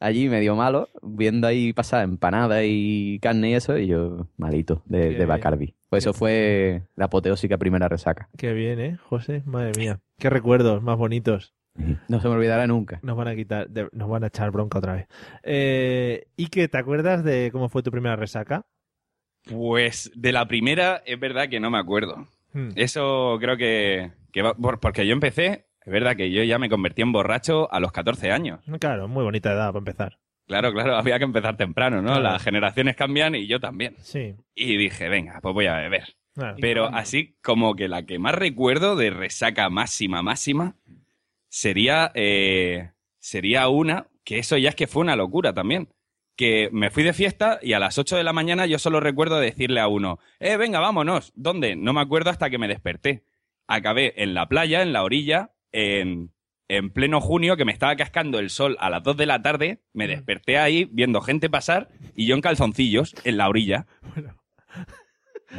allí medio malo, viendo ahí pasar empanada y carne y eso, y yo malito de,
Qué
de Bacardi. Pues eso fue la apoteósica primera resaca.
Qué bien, ¿eh, José? Madre mía. Qué recuerdos más bonitos.
No se me olvidará nunca.
Nos van a quitar, de- nos van a echar bronca otra vez. Eh, ¿Y que te acuerdas de cómo fue tu primera resaca?
Pues de la primera es verdad que no me acuerdo.
Hmm.
Eso creo que, que va por- porque yo empecé, es verdad que yo ya me convertí en borracho a los 14 años.
Eh.
Claro, muy bonita edad para empezar.
Claro, claro, <laughs> había que empezar temprano, ¿no?
Claro.
Las generaciones cambian y yo también.
Sí. Ah.
Y dije, venga, pues voy a beber.
Claro.
Eh.
Pero así como que la que más recuerdo de resaca máxima, máxima, sería, eh, sería una, que eso ya es que fue una locura también. Que me fui de fiesta y a las 8 de la mañana yo solo recuerdo decirle a uno, eh, venga, vámonos. ¿Dónde? No me acuerdo hasta que me desperté. Acabé en la playa, en la orilla, en, en pleno junio, que me estaba cascando el sol a las 2 de la tarde. Me desperté ahí viendo gente pasar y yo en calzoncillos, en la orilla.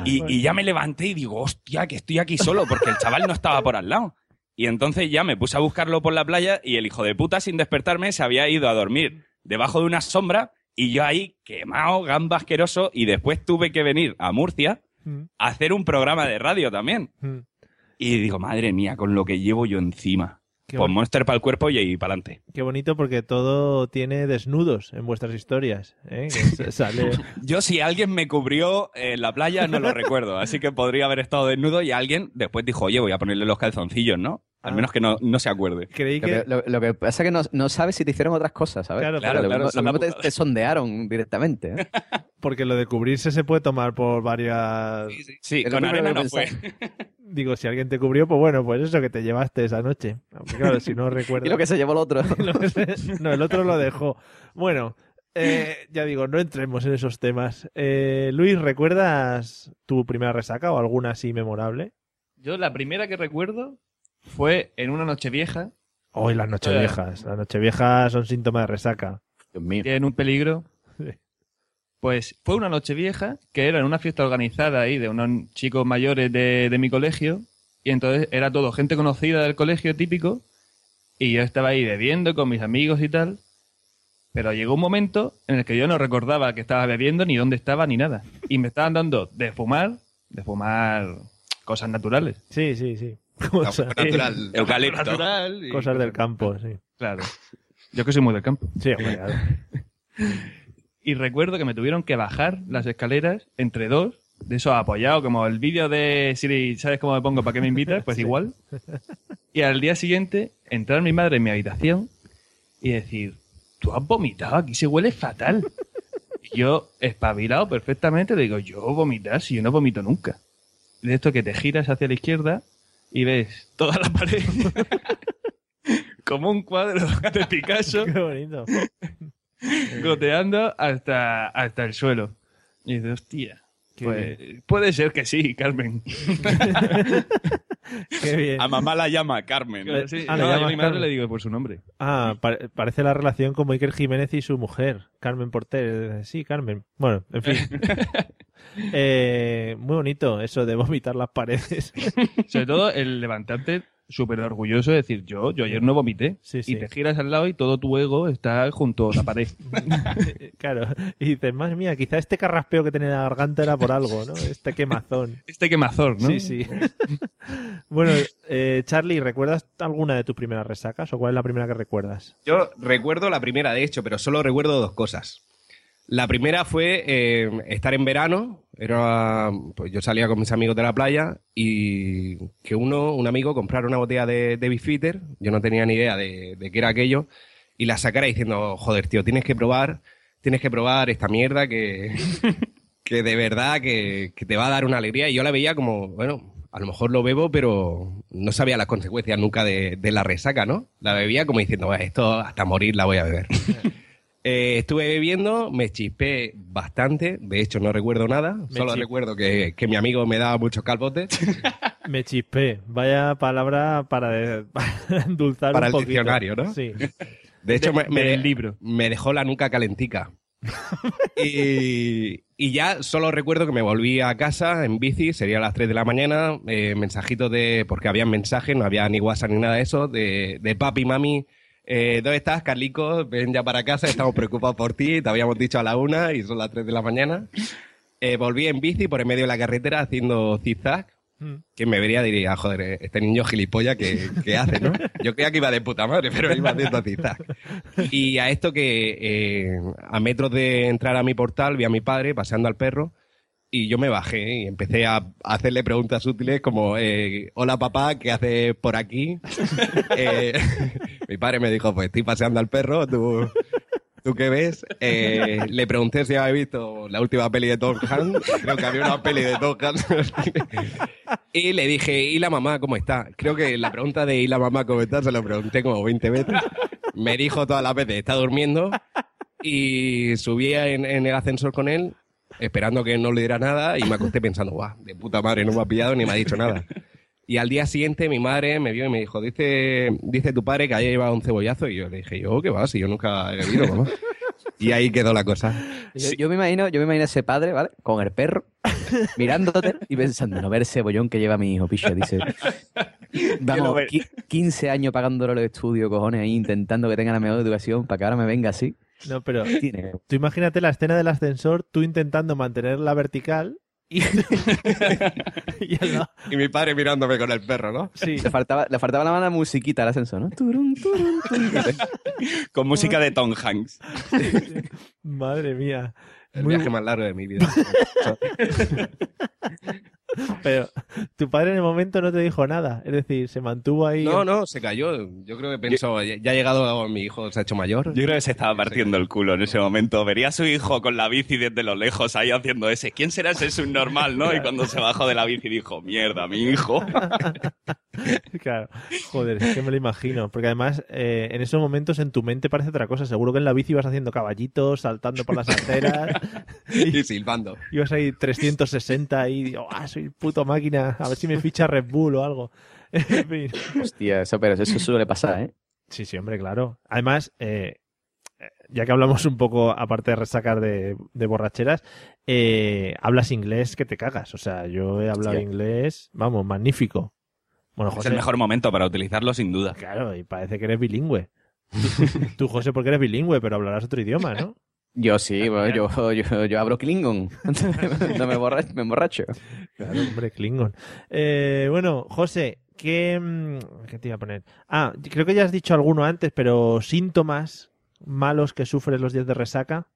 Y, y ya me levanté y digo, hostia, que estoy aquí solo, porque el chaval no estaba por al lado. Y entonces ya me puse a buscarlo por la playa y el hijo de puta, sin despertarme, se había ido a dormir debajo de una sombra y yo ahí quemado, gamba asqueroso, y después tuve que venir a Murcia
Mm,
a hacer un programa de radio también.
mm.
Y digo, madre mía, con lo que llevo yo encima.
Qué,
Pues
bon-
Monster para el cuerpo y, ahí para adelante.
qué bonito porque todo tiene desnudos en vuestras historias. ¿eh? Que s-
<laughs>
sale...
Yo si alguien me cubrió en la playa no lo recuerdo, así que podría haber estado desnudo y alguien después dijo, oye, voy a ponerle los calzoncillos, ¿no? Al
Ah.
menos que no, no se acuerde.
Creí
Lo
que...
que, lo- lo que pasa es que no, no sabes si te hicieron otras cosas, ¿sabes?
Claro,
Claro,
lo
claro,
mismo-
son
lo
la
mismo te,
putada.
te sondearon directamente. ¿eh?
Porque lo de cubrirse se puede tomar por varias...
Sí,
Es lo
con
primero
arena
que
no fue.
pensaba.
Digo, si alguien te cubrió, pues bueno, pues eso que te llevaste esa noche. Aunque claro, si <laughs> no recuerdo...
Y lo que se llevó el otro.
Lo <laughs> que se- no, el otro lo dejó. Bueno, eh, ya digo, no entremos en esos temas. Eh, Luis, ¿recuerdas tu primera resaca o alguna así memorable?
Yo la primera que recuerdo fue en una noche vieja
Hoy las nocheviejas. Las nocheviejas son síntoma de resaca.
<laughs> Dios mío.
tienen un peligro.
Sí.
Pues fue una noche vieja, que era en una fiesta organizada ahí de unos chicos mayores de, de mi colegio, y entonces era todo gente conocida del colegio típico, y yo estaba ahí bebiendo con mis amigos y tal, pero llegó un momento en el que yo no recordaba que estaba bebiendo, ni dónde estaba, ni nada. Y me estaban dando de fumar, de fumar cosas naturales.
Sí, sí, <laughs> sí. <laughs> Cosas,
Natural.
Eucalipto.
Natural y-
cosas del campo, sí.
Claro. Yo que soy muy del campo.
Sí, hombre, <laughs> claro.
y recuerdo que me tuvieron que bajar las escaleras entre dos, de esos apoyados, como el vídeo de Siri, ¿sabes cómo me pongo? ¿Para qué me invitas? Pues igual. Y al día siguiente, entrar mi madre en mi habitación y decir, tú has vomitado, aquí se huele fatal. Y yo, espabilado perfectamente, le digo, yo vomitar, si yo no vomito nunca. De esto que te giras hacia la izquierda y ves toda la pared <laughs> como un cuadro de Picasso
Qué bonito.
goteando hasta, hasta el suelo. Y dices, hostia.
Qué
pues, puede ser que sí, Carmen.
Ah, Qué bien.
A mamá la llama Carmen. ¿eh?
Pero sí,
Ah, le
no, yo a
llamas
mi madre
Carmen.
le digo por su nombre.
Ah, pare- parece la relación como Iker Jiménez y su mujer, Carmen Porter. Eh, Sí, Carmen. Bueno, en
<laughs>
fin. Eh, muy bonito eso de vomitar las
<laughs>
paredes.
Sobre todo el levantarte súper orgulloso de decir, yo, yo ayer no vomité.
Sí,
y
sí.
te giras al lado y todo tu ego está junto a la pared.
claro. Y dices, madre mía, quizá este carraspeo que tenía en la garganta era por algo, ¿no? Este quemazón.
Este quemazor, ¿no?
Sí, sí. bueno, eh, Charlie, ¿recuerdas alguna de tus primeras resacas o cuál es la primera que recuerdas?
Yo recuerdo la primera, de hecho, pero solo recuerdo dos cosas. La primera fue eh, estar en verano. Era, pues yo salía con mis amigos de la playa y que uno, un amigo, comprara una botella de, de Bifitter. Yo no tenía ni idea de, de qué era aquello. Y la sacara diciendo, joder, tío, tienes que probar, tienes que probar esta mierda que, que de verdad que, que te va a dar una alegría. Y yo la veía como, bueno, a lo mejor lo bebo, pero no sabía las consecuencias nunca de, de la resaca, ¿no? La bebía como diciendo, "Bueno, esto hasta morir la voy a beber. Eh, estuve bebiendo, me chispé bastante, de hecho no recuerdo nada, solo
chispé.
recuerdo que, que mi amigo me daba muchos calpotes
Me chispé. Vaya palabra para, de- <laughs> para endulzar
Para
un
el
poquito.
diccionario, ¿no?
Sí.
De hecho, me, me-
del libro.
me dejó la nuca
<laughs>
calentica. y, y ya solo recuerdo que me volví a casa en bici, sería a las 3 de la mañana, eh, mensajitos de, porque había mensajes, no había ni WhatsApp ni nada de eso, de, de papi, mami, eh, ¿dónde estás, Carlico? Ven ya para casa, estamos preocupados por ti, te habíamos dicho a la una y son las 3 de la mañana. Eh, volví en bici por en medio de la carretera haciendo zigzag.
Mm.
Hmm.
Quien me vería diría, joder, eh, este niño gilipollas que, que hace, ¿no? Yo creía que iba de puta madre, pero iba haciendo zigzag. Y a esto que eh, a metros de entrar a mi portal vi a mi padre paseando al perro y yo me bajé y empecé a hacerle preguntas útiles como, eh, hola papá, ¿qué haces por aquí? Eh, <laughs> mi padre me dijo, pues estoy paseando al perro, tú... ¿Tú qué ves? Eh, le pregunté si había visto la última peli de Tom Hanks. Creo que había una peli de Tom Hanks. <laughs> y le dije, ¿y la mamá cómo está? Creo que la pregunta de ¿y la mamá cómo está? se lo pregunté como 20 veces. Me dijo todas las veces, está durmiendo. Y subí en, en el ascensor con él, esperando que no le diera nada. Y me acosté pensando, guau, de puta madre, no me ha pillado ni me ha dicho nada. Y al día siguiente mi madre me vio y me dijo, dice, dice tu padre que haya llevado un cebollazo. Y yo le dije, yo, ¿qué va? Si yo nunca he bebido, mamá. Y ahí quedó la cosa.
Yo, yo me imagino, yo me imagino a ese padre, ¿vale? Con el perro, <laughs> mirándote y pensando, no ver el cebollón que lleva mi hijo, picha. Dice, vamos, qui- 15 años pagándole los estudios, cojones, ahí intentando que tenga la mejor educación para que ahora me venga así.
No, pero
Tiene.
tú imagínate la escena del ascensor, tú intentando mantenerla vertical y, <laughs> y al lado-
Y mi padre mirándome con el perro, ¿no?
Sí,
Le faltaba, le faltaba la mala musiquita al ascensor, ¿no? Turun, turun, turun.
Con música de Tom Hanks.
madre mía.
El
Muy
viaje más largo de mi vida.
bu- Pero tu padre en el momento no te dijo nada, es decir, se mantuvo ahí.
No, no, se cayó. Yo creo que pensó, ya ya ha llegado mi hijo, se ha hecho mayor.
Yo creo que se estaba partiendo el culo en ese momento. Vería a su hijo con la bici desde lo lejos ahí haciendo ese. ¿Quién será ese subnormal, no? Y cuando se bajó de la bici dijo, mierda, mi hijo.
<laughs> Claro, joder, es que me lo imagino. Porque además, eh, en esos momentos en tu mente parece otra cosa. Seguro que en la bici vas haciendo caballitos, saltando por las aceras,
<laughs> Y silbando.
ibas ahí 360 y digo, ah, soy puto máquina, a ver si me ficha Red Bull o algo. <laughs> En fin.
Hostia, eso, pero eso suele pasar, ¿eh?
Sí, sí, hombre, claro. Además, eh, eh, ya que hablamos un poco, aparte de resacar de, de borracheras, eh, hablas inglés que te cagas. O sea, yo he hablado inglés, vamos, magnífico. Bueno,
Es
José,
el mejor momento para utilizarlo, sin duda.
claro, y parece que eres bilingüe. Tú, José, porque eres bilingüe, pero hablarás otro idioma,
<laughs>
¿no?
Yo
Ah,
sí, bueno, yo, yo, yo
<laughs>
abro Klingon. no me, borra- me emborracho.
Claro, <laughs> hombre, Klingon. Eh, bueno, José, ¿qué, mm, ¿qué te iba a poner? Ah, creo que ya has dicho alguno antes, pero síntomas malos que sufres los días de resaca.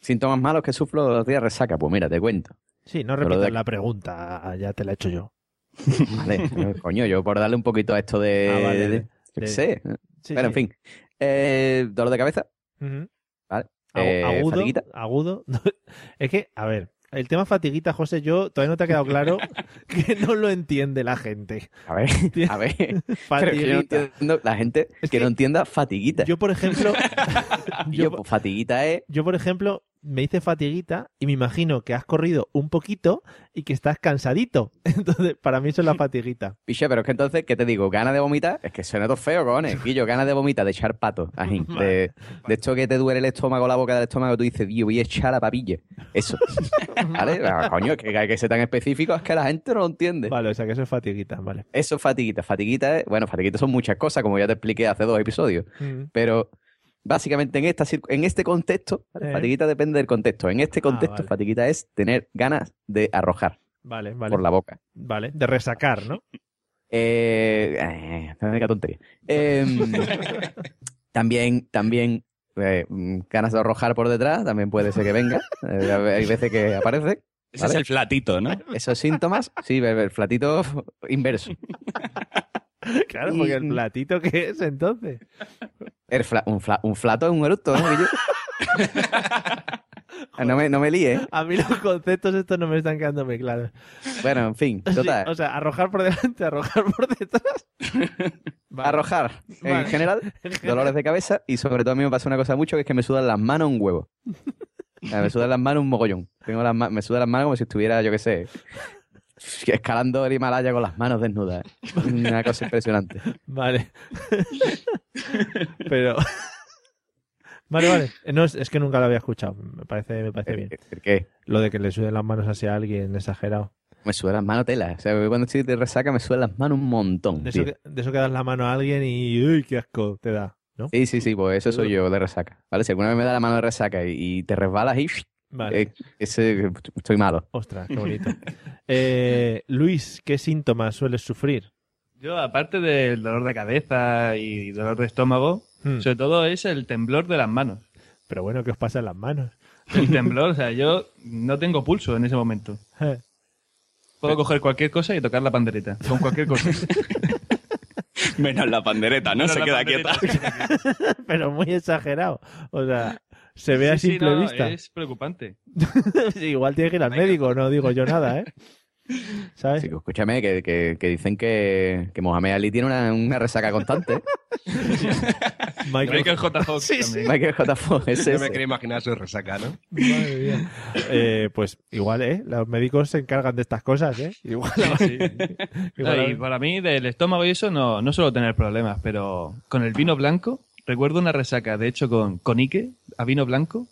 Síntomas malos que sufro los días de resaca. Pues mira, te cuento.
Sí, no
Pero
repitas
de-
la pregunta, ya te la he hecho yo. <laughs>
Vale, no, coño, yo por darle un poquito a esto de.
Ah, vale,
de-
de-
Eh, yo qué
de-
sé.
Sí,
Bueno, en
sí.
fin. Eh, dolor de cabeza.
Ujú.
Vale.
Agu-
Eh,
agudo,
fatiguita.
agudo. <laughs> es que, a ver, el tema fatiguita, José, yo todavía no te ha quedado
<laughs>
claro que no lo entiende la gente.
A ver, a ver. Pero que yo no
Fatiguita.
entiendo la gente
Es
que
que-
no entienda fatiguita.
Yo, por
<laughs>
ejemplo,
Y
yo,
yo, pues, fatiguita es.
yo, por ejemplo, me hice fatiguita y me imagino que has corrido un poquito y que estás cansadito. <laughs> Entonces, para mí eso es la fatiguita.
Piche, pero es que entonces, ¿qué te digo? ¿Ganas de vomitar? Es que suena todo feo, cojones. Guillo, ganas de vomitar, de echar pato.
<laughs>
ajín. de, de esto que te duele el estómago, la boca del estómago, tú dices, tío, voy a echar a papilla.
<laughs>
Eso. ¿Vale? Ah, coño, es que hay que ser tan específico, es que la gente no lo entiende.
Vale, o sea que eso es fatiguita, vale.
Eso es fatiguita. Fatiguita es, bueno, fatiguita son muchas cosas, como ya te expliqué hace dos episodios.
Mm.
Pero básicamente en, esta, cir- en este contexto, ¿vale?
Eh. Ah,
fatiguita depende del contexto. En este contexto,
vale.
fatiguita es tener ganas de arrojar
Vale, vale.
por la boca.
Vale, de resacar, ¿no?
Eh, eh, menuda tontería. Em, también, también eh, mm, ganas de arrojar por detrás, también puede ser que venga. Eh, hay veces que aparece.
Ese
Vale.
es el flatito, ¿no?
Esos síntomas, sí, el el flatito inverso.
Claro, porque el platito que es entonces.
El fla- un, fla- un flato es un eructo, ¿no?
<laughs>
Guillo? No me, no me líe. ¿eh?
A mí los conceptos estos no me están quedando muy claros.
Bueno, en fin,
Sí,
total.
o sea, arrojar por delante, arrojar por detrás. Vale.
Arrojar, en
Vale.
general, dolores de cabeza y sobre todo a mí me pasa una cosa mucho que es que me sudan las manos un
<laughs>
huevo. O sea, me sudan las manos un mogollón. Tengo las ma- me sudan las manos como si estuviera, yo qué sé, escalando el Himalaya con las manos desnudas. Una cosa impresionante.
Vale. Pero. Vale, vale. No, es, es que nunca lo había escuchado. Me parece, me parece bien.
¿El, el qué?
Lo de que le suden las manos hacia alguien exagerado.
Me sudan las manos tela. O sea, yo cuando estoy de resaca me sudan las manos un montón.
De eso,
tío.
que, de eso que das la mano a alguien y. ¡Uy, qué asco! Te da. ¿No?
Sí, sí, sí, pues eso soy yo de resaca. ¿Vale? Si alguna vez me da la mano de resaca y, y te resbalas y... <laughs>
Vale.
eh, ese, estoy malo.
Ostras, qué bonito. Eh, Luis, ¿qué síntomas sueles sufrir?
Yo, aparte del dolor de cabeza y dolor de estómago,
Hmm.
sobre todo es el temblor de las manos.
Pero bueno, ¿qué os pasa en las manos?
El temblor, o sea, yo no tengo pulso en ese momento.
Eh,
Puedo coger cualquier cosa y tocar la pandereta. Con cualquier cosa.
Menos la pandereta, ¿no?
Pero
Se
la
queda
pandereta
quieta.
se queda quieta.
<laughs> Pero muy exagerado. O sea, se ve a
Sí, sí,
simple
no,
vista.
Es preocupante.
<laughs> Sí, Igual tiene que ir al médico, no digo yo nada,
<laughs>
¿eh? ¿Sabes?
Sí, que escúchame, que, que- que dicen que, que Mohamed Ali tiene una, una resaca constante.
Michael-
Michael J. Fox también.
Michael J. Fox, es
Yo
ese.
me quería imaginar su resaca, ¿no?
<laughs> Madre mía. Eh, pues igual, ¿eh? Los médicos se encargan de estas cosas, ¿eh? Igual.
Sí.
igual-
No, y para mí, del estómago y eso, no, no suelo tener problemas, pero con el vino blanco, recuerdo una resaca, de hecho, con, con Ike, a vino blanco,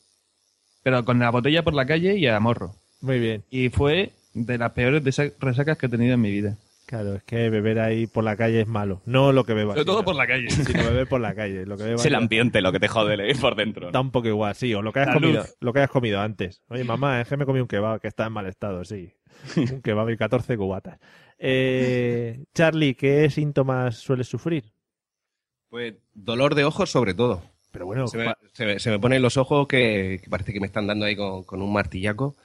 pero con la botella por la calle y a morro.
Muy bien.
Y fue de las peores desa- resacas que he tenido en mi vida.
Claro, es que beber ahí por la calle es malo. No lo que bebas.
Sobre todo
sino-
por la calle.
Sino beber por la calle. Lo que bebas
Es el ambiente lo que te jode leer por dentro.
da un poco igual, sí. O lo que hayas
La luz.
comido, lo que hayas comido antes. Oye, mamá, es que me comí un kebab que está en mal estado,
<laughs>
sí. Un kebab y 14 cubatas. Eh, Charlie, ¿qué síntomas sueles sufrir?
Pues dolor de ojos sobre todo.
Pero bueno,
Se me, se me- se me ponen los ojos que, que parece que me están dando ahí con, con un martillaco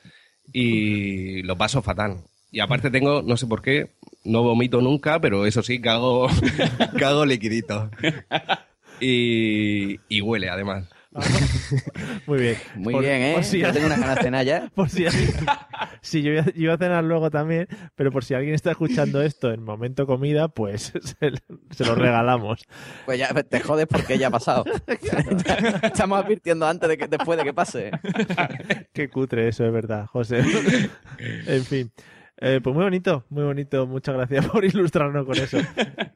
y lo paso fatal. Y aparte tengo, no sé por qué, no vomito nunca, pero eso sí, <laughs> cago, cago liquidito. Y, y huele, además.
Ah, <laughs> muy bien.
Muy
Por-
bien, ¿eh?
por si-
Yo tengo unas ganas de cenar ya.
Por si <laughs> si yo, iba- yo iba a cenar luego también, pero por si alguien está escuchando esto en momento comida, pues <laughs> se, se lo regalamos.
Pues ya te jodes porque ya ha pasado. Estamos advirtiendo antes de que después de que pase.
Qué cutre eso, es verdad, José. <laughs> en fin. Eh, pues muy bonito, muy bonito. Muchas gracias <laughs> por ilustrarnos con eso.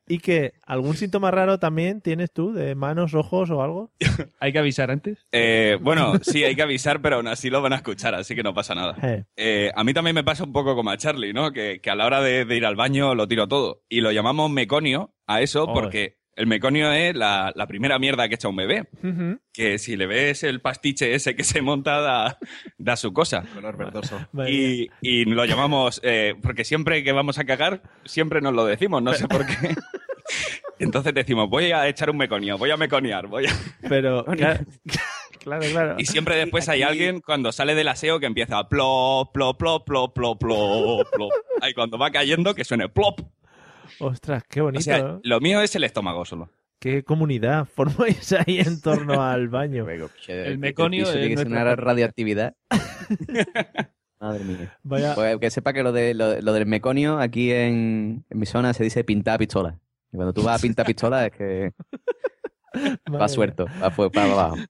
¿Y que algún síntoma raro también tienes tú de manos, ojos o algo?
¿Hay que avisar antes?
Eh, bueno, sí, hay que avisar, pero aún así lo van a escuchar, así que no pasa nada.
Eh,
Eh, a mí también me pasa un poco como a Charlie, ¿no? Que, que a la hora de, de ir al baño lo tiro todo. Y lo llamamos meconio a eso
Joder.
porque el meconio es la, la primera mierda que echa un bebé.
ujú,
Que si le ves el pastiche ese que se monta, da, da su cosa.
Color verdoso.
madre mía.
Y, y lo llamamos, eh, porque siempre que vamos a cagar, siempre nos lo decimos, no sé
<laughs>
por qué. Entonces decimos, voy a echar un meconio, voy a meconear, voy a... <laughs>
Pero, claro, <laughs> claro, claro.
Y siempre después hay alguien cuando sale del aseo que empieza a plop, plop, plop, plop, plop, plop, plop. Ahí cuando va cayendo que suene plop.
Ostras, qué
O
bonito.
sea,
¿no?
lo mío es el estómago solo.
Qué comunidad <laughs> formáis ahí en torno al
<laughs>
baño.
El meconio
Eso
es
tiene que
nuestra
sonar a radioactividad. Madre mía.
Vaya,
Pues que sepa que lo, de, lo, lo del meconio aquí en, en mi zona se dice pintar pistola. Y cuando tú vas a pintar pistola es que
madre
va suelto, va fu- va para abajo.
mía.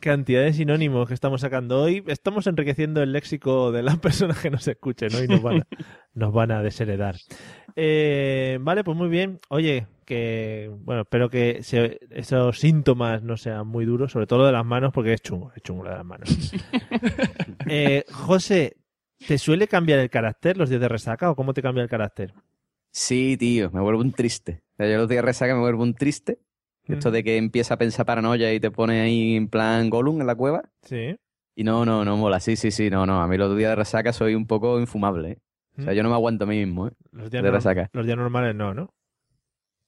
Cantidad de sinónimos que estamos sacando hoy. Estamos enriqueciendo el léxico de <laughs> las personas que nos escuchen ¿no? y nos van a, nos van a desheredar. Eh, vale, pues muy bien. Oye, que bueno, espero que se- esos síntomas no sean muy duros, sobre todo lo de las manos, porque es chungo, es chungo lo de las manos. Eh, José, ¿te suele cambiar el carácter los días de resaca o cómo te cambia el carácter?
Sí, tío, me vuelvo un triste. O sea, yo los días de resaca me vuelvo un triste. Esto de que empieza a pensar paranoia y te pone ahí en plan Gollum en la cueva.
Mm, Sí.
Y no, no, no mola. Sí, sí, sí, no, no. A mí los días de resaca soy un poco infumable. ¿eh? O sea,
Mm.
yo no me aguanto a mí mismo, ¿eh?
Los días,
De
norm-
resaca.
los días normales no, ¿no?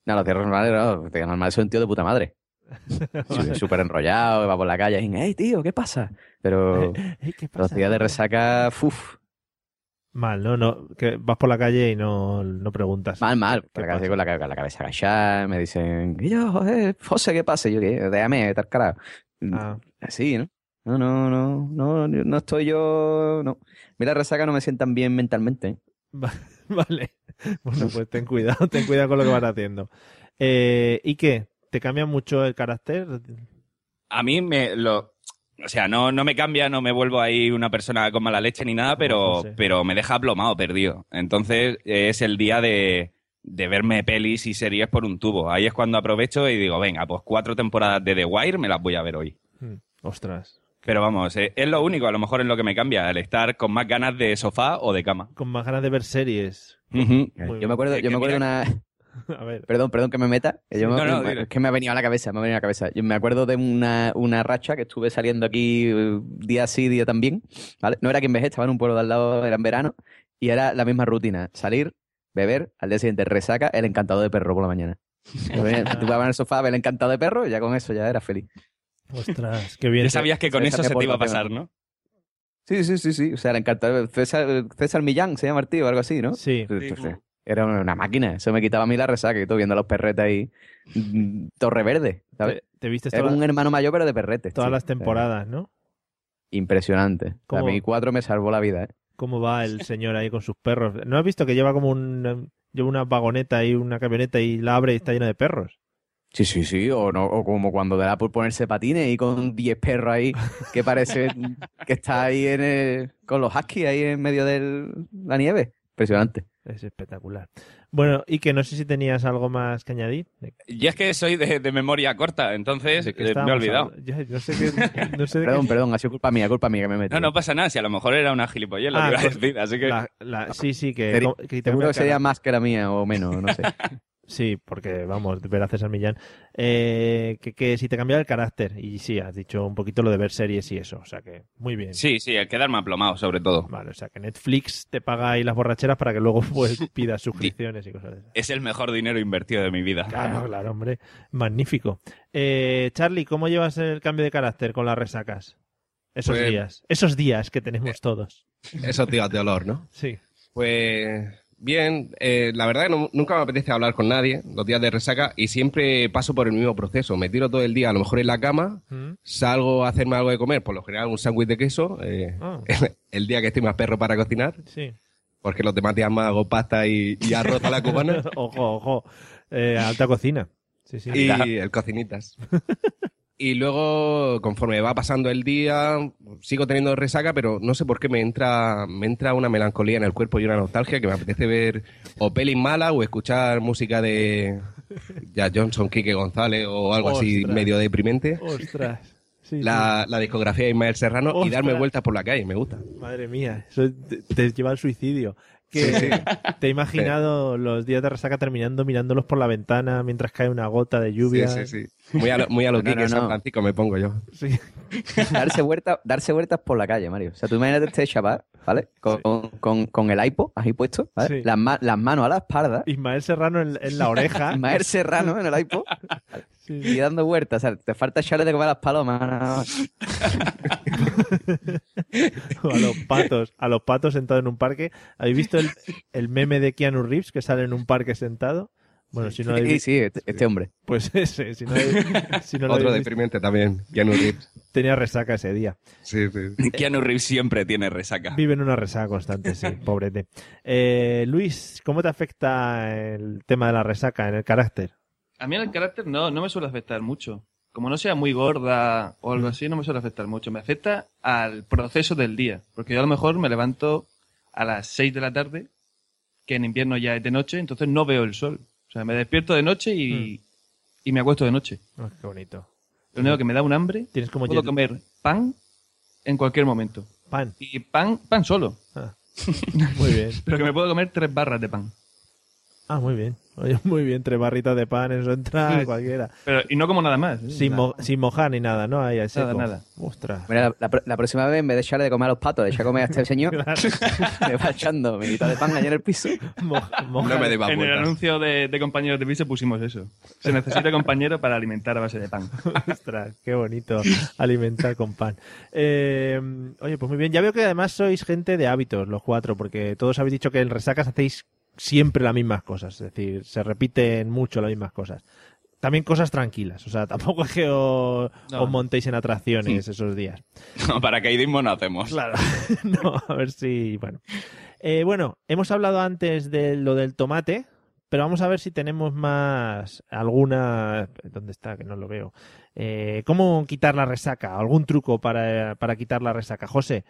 No, los días normales, no. Los días normales soy un tío de puta
<laughs>
madre. Soy Súper enrollado, va por la calle y, hey, tío, ¿qué pasa?
<laughs>
Pero
Ey, ¿qué
los
pasa?
días de resaca, uff,
Mal, ¿no? no que vas por la calle y no, no preguntas.
mal, mal. Por
¿Qué
la calle
pasa?
con la, ca- con la cabeza agachada, me dicen, "Y yo, eh, José, ¿qué pasa? Y yo, ¿qué? Déjame, estar carajo.
Ah,
Así, ¿no? No, no, no, no, no estoy yo, no. Mira, resaca no me sientan bien mentalmente. ¿eh?
vale. Bueno, pues ten cuidado, ten cuidado con lo que vas haciendo. Eh, ¿Y qué? ¿Te cambia mucho el carácter?
A mí me lo... O sea, no, no me cambia, no me vuelvo ahí una persona con mala leche ni nada, pero,
José.
pero me deja aplomado, perdido. Entonces eh, es el día de, de verme pelis y series por un tubo. Ahí es cuando aprovecho y digo, venga, pues cuatro temporadas de The Wire me las voy a ver hoy.
Mm,
Hmm, Ostras,
Pero vamos, eh, es lo único, a lo mejor es lo que me cambia, el estar con más ganas de sofá o de cama.
con más ganas de ver series.
Ujú.
Muy
Eh, Yo me acuerdo,
Es
yo
que
me acuerdo de una,
<laughs> A ver,
Perdón, perdón que me meta. que yo me-
No, no,
me-
dile.
es que me ha venido a la cabeza, me ha venido a la cabeza. Yo me acuerdo de una, una racha que estuve saliendo aquí eh, día sí, día también. ¿vale? No era que en vez estaba en un pueblo de al lado, era en verano, y era la misma rutina. Salir, beber, al día siguiente resaca, el encantado de perro por
<laughs>
la mañana. Tú vas en el sofá, ver el encantado de perro, y ya con eso ya era feliz.
ostras, qué bien.
Ya sabías que con
esa
eso se te iba a
deportación.
pasar, ¿no?
Sí, sí, sí, sí. O sea, el encantado de César, eh, César Millán se llama el tío, algo así, ¿no?
Sí,
Entonces, Era una una máquina, eso me quitaba a mí la resaca, y todo viendo a los perretes ahí, mm, torre verde, ¿sabes?
te, te vistes
Era
todas-
un hermano mayor, pero de perrete.
todas
sí.
las
O sea,
temporadas, ¿no?
impresionante. O sea,
¿Cómo?
a mí cuatro me salvó la vida. ¿eh?
¿Cómo va el señor ahí con sus perros? ¿No has visto que lleva como un... Lleva una vagoneta y una camioneta y la abre y está llena de perros?
Sí, sí, sí. O, no, o como cuando da por ponerse patines y con diez perros ahí,
<laughs>
que parece que está ahí en el- con los huskies ahí en medio de la nieve. Impresionante.
Es espectacular. Bueno, y que no sé si tenías algo más que añadir. ¿De
Y es que soy de, de memoria corta, entonces
de qué
eh, me he
estábamos
olvidado.
hablando? Ya, no sé qué- no sé de qué-
Perdón, perdón, ha sido culpa mía, culpa mía que me metí.
No, no pasa nada, si a lo mejor era una gilipollez lo
Ah,
que iba a
pues,
decir, así que...
La- la- sí, sí, que,
Sería-
que te
Seguro
cambia
que sería
el
más que la mía o menos, no sé.
carácter. Sí, porque vamos, ver a César Millán. Eh, que, que si te cambiaba el carácter. Y sí, has dicho un poquito lo de ver series y eso. O sea que, muy bien.
Sí, sí, el quedarme aplomado, sobre todo.
Vale, o sea que Netflix te paga ahí las borracheras para que luego pues, pidas suscripciones y cosas de esas.
Es el mejor dinero invertido de mi vida.
Claro, claro, hombre. Magnífico. Eh, Charlie, ¿cómo llevas el cambio de carácter con las resacas? Esos
Pues-
días. Esos días que
eh,
tenemos todos.
Esos días de olor, ¿no?
Sí.
Pues bien, eh, la verdad que no- nunca me apetece hablar con nadie los días de resaca y siempre paso por el mismo proceso. Me tiro todo el día, a lo mejor en la cama,
<laughs>
¿Mm?
salgo a hacerme algo de comer, por lo general un sándwich de queso, eh,
Ah,
el día que estoy más perro para cocinar,
sí.
porque los demás días más hago pasta y, y arroz a
<laughs>
la cubana <laughs>
ojo, ojo. Eh, alta cocina. Sí, sí.
y el cocinitas. Y luego, conforme va pasando el día, sigo teniendo resaca, pero no sé por qué me entra, me entra una melancolía en el cuerpo y una nostalgia que me apetece ver o pelis malas o escuchar música de ya Johnson, Quique González o algo así
Ostras.
medio deprimente.
Ostras. Sí,
La, la discografía de Ismael Serrano y darme
Ostras.
vueltas por la calle, me gusta.
sí. Madre mía, eso te, te lleva al suicidio. Que
Sí, sí.
te he imaginado los días de resaca terminando mirándolos por la ventana mientras cae una gota de lluvia.
Sí, sí, sí. Muy a lo,
<laughs>
muy a lo
No,
Quique
no,
San
no.
Francisco me pongo yo.
Sí.
Darse, vuelta, darse vueltas por la calle, Mario. O sea, tú imagínate este chaval, ¿vale? Con, con- con el iPod ahí puesto, ¿vale?
Sí.
Las, ma- las manos a la espalda,
Ismael Serrano en, en la
<laughs>
oreja.
Ismael Serrano en el iPod
Sí, sí.
y dando vueltas. O sea, te falta echarle de comer a las palomas. no, no, no.
O <laughs> a los patos, a los patos sentados en un parque. ¿Habéis visto el, el meme de Keanu Reeves que sale en un parque sentado? Bueno, si no lo habéis visto,
Sí, sí, este, este hombre.
pues <laughs> ese, si no,
<laughs>
habéis- si no lo
Otro
habéis visto,
deprimente también, Keanu Reeves.
tenía resaca ese día.
Sí, sí.
Keanu Reeves siempre tiene resaca.
Vive en una resaca constante,
<laughs>
sí, pobrete. Eh, Luis, ¿cómo te afecta el tema de la resaca en el carácter?
A mí el carácter no, no me suele afectar mucho. Como no sea muy gorda o algo así, no me suele afectar mucho. Me afecta al proceso del día. Porque yo a lo mejor me levanto a las 6 de la tarde, que en invierno ya es de noche, entonces no veo el sol. O sea, me despierto de noche y, y me acuesto de noche.
Oh, qué bonito.
Lo único que me da un hambre,
Tienes como
puedo
jet
comer pan en cualquier momento.
pan. Ah.
Y pan, pan solo. <laughs>
Muy bien.
Pero que me puedo comer tres barras de pan.
Ah, muy bien. Oye, muy bien, tres barritas de pan, eso entra
Sí.
cualquiera.
Pero, y no como nada más. ¿eh?
Sin, mo- sin mojar ni nada, ¿no? Ahí al seco.
Nada, nada. <laughs>
Ostras.
Mira, la, la pro- la próxima vez, en vez de echarle de comer a los patos, le echa a comer a
<laughs>
este señor, <laughs> le va echando mitad de pan allá en el piso.
Mo- moja-
No me dé más
En el
vueltas.
anuncio de, de compañeros de piso pusimos eso. Se necesita compañero para alimentar a base de pan.
Ostras, qué bonito alimentar con pan. Eh, oye, pues muy bien. Ya veo que además sois gente de hábitos, los cuatro, porque todos habéis dicho que en resacas hacéis siempre las mismas cosas. Es decir, se repiten mucho las mismas cosas. También cosas tranquilas. O sea, tampoco es que os,
No.
os montéis en atracciones esos días.
No, paracaidismo no hacemos.
Claro. <laughs> no, a ver si. Bueno. Eh, bueno, hemos hablado antes de lo del tomate, pero vamos a ver si tenemos más. Alguna. ¿Dónde está? Que no lo veo. Eh, ¿Cómo quitar la resaca? ¿Algún truco para, para quitar la resaca? José,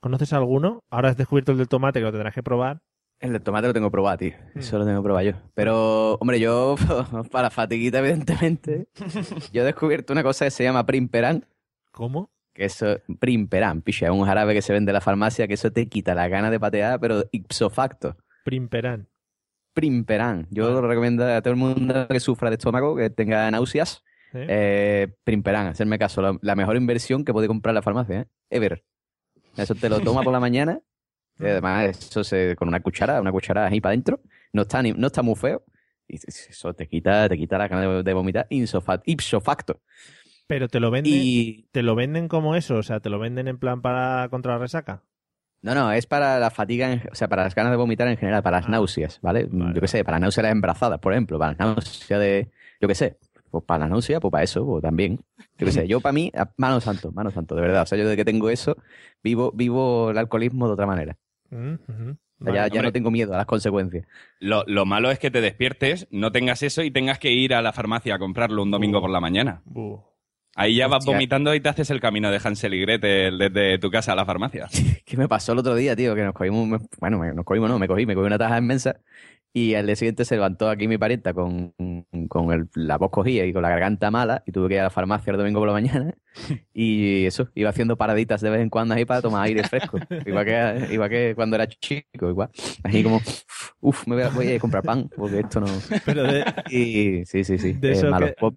¿conoces alguno? Ahora has descubierto el del tomate que lo tendrás que probar.
El del tomate lo tengo probado, tío.
Mm.
Eso lo tengo probado yo. Pero, hombre, yo, <laughs> para la
<laughs>
fatiguita, evidentemente, yo he descubierto una cosa que se llama Primperan.
¿Cómo?
Que eso, Primperan, picha, es un jarabe que se vende en la farmacia que eso te quita la gana de patear, pero ipso facto.
Primperán.
Primperan. Yo lo recomiendo a todo el mundo que sufra de estómago, que tenga náuseas.
¿eh?
Eh, Primperan, hacerme caso, la, la mejor inversión que puede comprar la farmacia, ¿eh? Ever. Eso te lo toma por la mañana. y además, eso se, con una cuchara, una cuchara ahí para adentro. No está, ni, no está muy feo. Y eso te quita, te quita la ganas de, de vomitar. insofa- Ipso facto.
Pero te lo venden.
Y.
¿Te lo venden como eso? O sea, ¿te lo venden en plan para contra la resaca?
No, no, es para la fatiga, en- o sea, para las ganas de vomitar en general, para las
Ah.
náuseas, ¿vale? Mm,
Vale.
Yo qué sé, para las náuseas de las embarazadas, por ejemplo, para las náuseas de, yo qué sé, pues para las náuseas, pues para eso, pues también. Yo qué sé, yo para mí, a- mano santo, mano santo, de verdad. O sea, yo desde que tengo eso, vivo, vivo el alcoholismo de otra manera.
Mm, ujú.
O sea,
Vale.
ya, ya no tengo miedo a las consecuencias.
Lo, lo malo es que te despiertes, no tengas eso y tengas que ir a la farmacia a comprarlo un domingo por la mañana.
Buh.
Ahí ya vas
Hostia.
vomitando y te haces el camino de Hansel y Gretel desde tu casa a la
<laughs>
farmacia.
¿Qué me pasó el otro día, tío? Que nos cogimos, me- bueno, me- nos cogimos, no, me cogí, me cogí una taja inmensa y al día siguiente se levantó aquí mi parienta con, con el- la voz cogida y con la garganta mala y tuve que ir a la farmacia el domingo por la
<laughs>
mañana y eso, iba haciendo paraditas de vez en cuando ahí para tomar aire fresco, igual que, igual que cuando era chico, igual, así como, uff, me voy a, voy a ir a comprar pan porque esto no...
Pero de,
Y sí, sí, sí,
De
es
eso
malo.
que-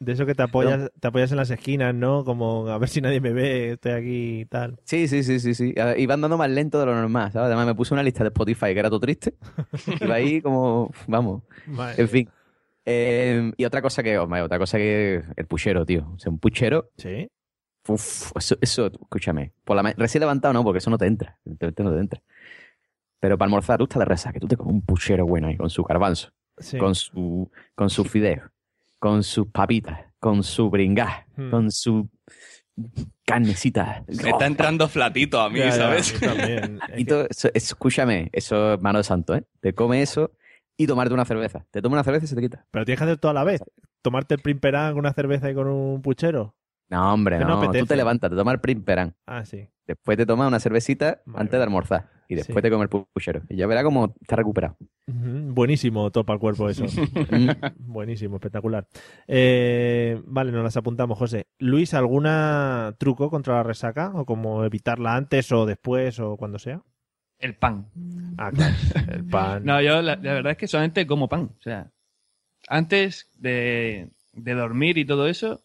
De eso que te apoyas, te apoyas en las esquinas, ¿no? Como a ver si nadie me ve, estoy aquí y tal.
Sí, sí, sí, sí, sí. A ver, Iba andando más lento de lo normal, ¿sabes? Además me puse una lista de Spotify que era todo triste. Iba ahí como, vamos,
Vale.
en fin. Eh, y otra cosa que, hombre, otra cosa que el puchero, tío. O sea, un puchero,
Sí.
uf, eso, eso, escúchame. Por la ma- recién levantado no, porque eso no te entra. Evidentemente no te entra. Pero para almorzar, tú estás de resaca, que tú te comes un puchero bueno ahí con su garbanzo,
sí.
con su con sus fideos, con sus papitas, con su bringá,
Hmm.
con su carnecita.
Me está entrando flatito a mí,
Ya, ya,
¿sabes?
yo también. <laughs> Es
Y
que-
todo eso- eso- escúchame, eso es mano de santo, ¿eh? Te come eso y tomarte una cerveza. Te toma una cerveza y se te quita.
Pero tienes que hacer todo a la vez. Tomarte el primperán con una cerveza y con un puchero.
No, hombre,
Que no
no. Tú
apetece.
te levantas, te tomas el primperán.
Ah, sí.
Después te tomas una cervecita
Madre
antes
mía.
de almorzar. Y después
Sí.
te comes el puchero. Y ya verás cómo
<laughs>
está recuperado.
Ujú, Buenísimo topa al cuerpo eso.
Mm.
Buenísimo, espectacular. Eh, vale, nos las apuntamos, José. Luis, ¿alguna truco contra la resaca? ¿O como evitarla antes o después o cuando sea?
El pan.
Ah, claro. El pan.
No, yo la, la verdad es que solamente como pan. O sea, antes de, de dormir y todo eso,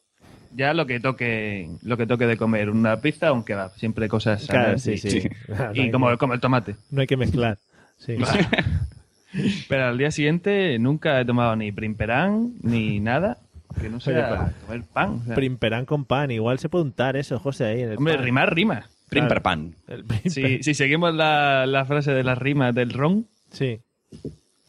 ya lo que toque, lo que toque de comer, una pizza, aunque va, siempre cosas sanas
Claro, sí,
y,
sí. <laughs> Ah, no
y
hay
como,
que-
como el tomate.
no hay que
<laughs>
mezclar. Sí.
Pero al día siguiente nunca he tomado ni primperán ni nada. Que no sea
pero-
comer pan. o sea,
Primperán con pan. Igual se puede untar eso, José, ahí en el
hombre,
pan.
rimar rima.
Primper pan.
El primper-
Si, si seguimos la, la frase de las rimas del ron,
sí.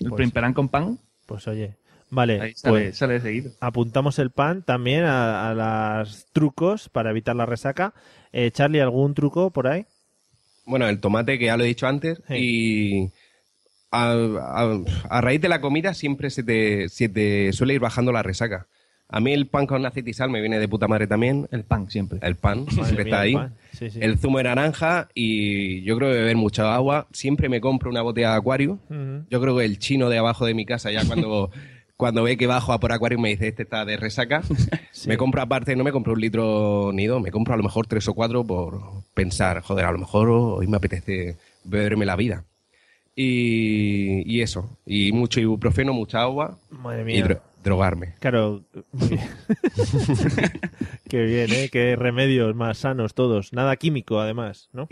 el
Pues-
primperán con pan,
Pues oye. Vale,
ahí sale,
pues
sale seguido.
apuntamos el pan también a, a los trucos para evitar la resaca. Eh, Charlie, ¿algún truco por ahí?
Bueno, el tomate que ya lo he dicho antes
Sí.
y a, a- a raíz de la comida siempre se te, se te suele ir bajando la resaca. A mí el pan con aceite y sal me viene de puta madre también.
El pan siempre.
El pan
Madre mía,
siempre está
el
ahí.
pan. Sí, sí.
El zumo de naranja y yo creo que beber mucha agua. Siempre me compro una botella de acuario.
Ujú.
Yo creo que el chino de abajo de mi casa ya cuando, cuando ve que bajo a por acuario me dice, este está de resaca.
Sí.
Me compro aparte, no me compro un litro ni dos, me compro a lo mejor tres o cuatro por pensar, joder, a lo mejor hoy me apetece beberme la vida. Y, y eso, y mucho ibuprofeno, mucha agua
Madre
y
mía.
dro- drogarme.
Claro, muy bien. qué bien, ¿eh? Qué remedios más sanos todos. Nada químico, además, ¿no?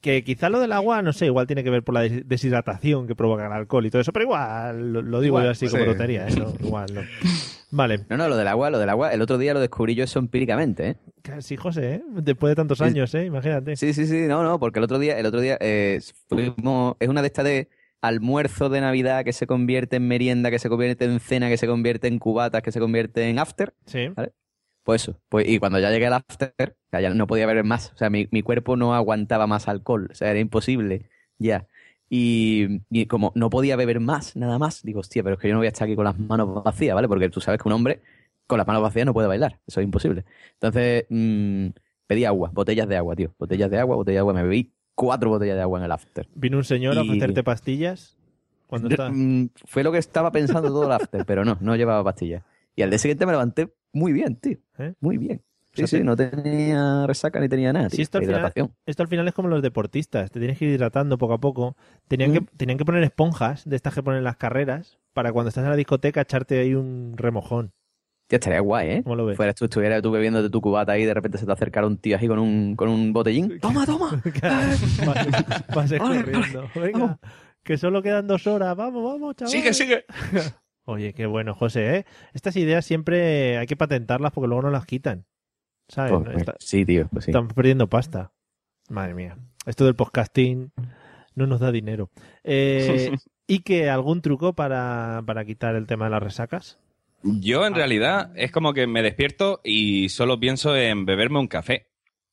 que quizá lo del agua, no sé, igual tiene que ver por la des- deshidratación que provoca el alcohol y todo eso, pero igual lo, lo digo
Igual,
yo así
sí.
como lotería, ¿eh? No, igual no. Vale,
No, no, lo del agua, lo del agua. El otro día lo descubrí yo eso empíricamente, ¿eh?
casi José, ¿eh? Después de tantos años, ¿eh? Imagínate.
Sí, sí, sí, no, no, porque el otro día, el otro día eh, fuimos, es una de estas de almuerzo de Navidad que se convierte en merienda, que se convierte en cena, que se convierte en cubatas, que se convierte en after.
Sí.
Pues eso, pues, y cuando ya llegué al after, o sea, ya no podía beber más, o sea, mi, mi cuerpo no aguantaba más alcohol, o sea, era imposible, ya. Y, y como no podía beber más, nada más, digo, hostia, pero es que yo no voy a estar aquí con las manos vacías, ¿vale? Porque tú sabes que un hombre con las manos vacías no puede bailar, eso es imposible. Entonces, mm, pedí agua, botellas de agua, tío, botellas de agua, botellas de agua, me bebí cuatro botellas de agua en el after.
Vino un señor a
Y-
ofrecerte pastillas cuando está...
<laughs> Mm, Fue lo que estaba pensando todo el after, pero no, no llevaba pastillas. Y al día siguiente me levanté muy bien, tío.
¿Eh?
Muy bien. Sí,
O sea,
sí,
te-
no tenía resaca ni tenía nada.
Sí,
tío.
esto al final-
Hidratación.
Esto al final es como los deportistas, te tienes que ir hidratando poco a poco. Tenían, que, tenían que poner esponjas de estas que ponen en las carreras para cuando estás en la discoteca echarte ahí un remojón.
Tío, estaría guay, ¿eh?
¿Cómo lo ves?
Fueras tú, estuvieras tú bebiendo de tu cubata y de repente se te acercara un tío así con un, con un botellín.
<laughs>
¡Toma, toma!
vas, vas corriendo. Venga, que solo quedan dos horas. Vamos, vamos, chaval.
Sigue, sigue.
Oye, qué bueno, José, ¿eh? Estas ideas siempre hay que patentarlas porque luego no las quitan. ¿Sabes?
Pues,
¿No?
pues,
Está-
sí, tío, pues sí.
Estamos perdiendo pasta. Madre mía. Esto del podcasting no nos da dinero.
<laughs>
Eh, ¿Y que algún truco para, para quitar el tema de las resacas?
Yo en realidad es como que me despierto y solo pienso en beberme un café.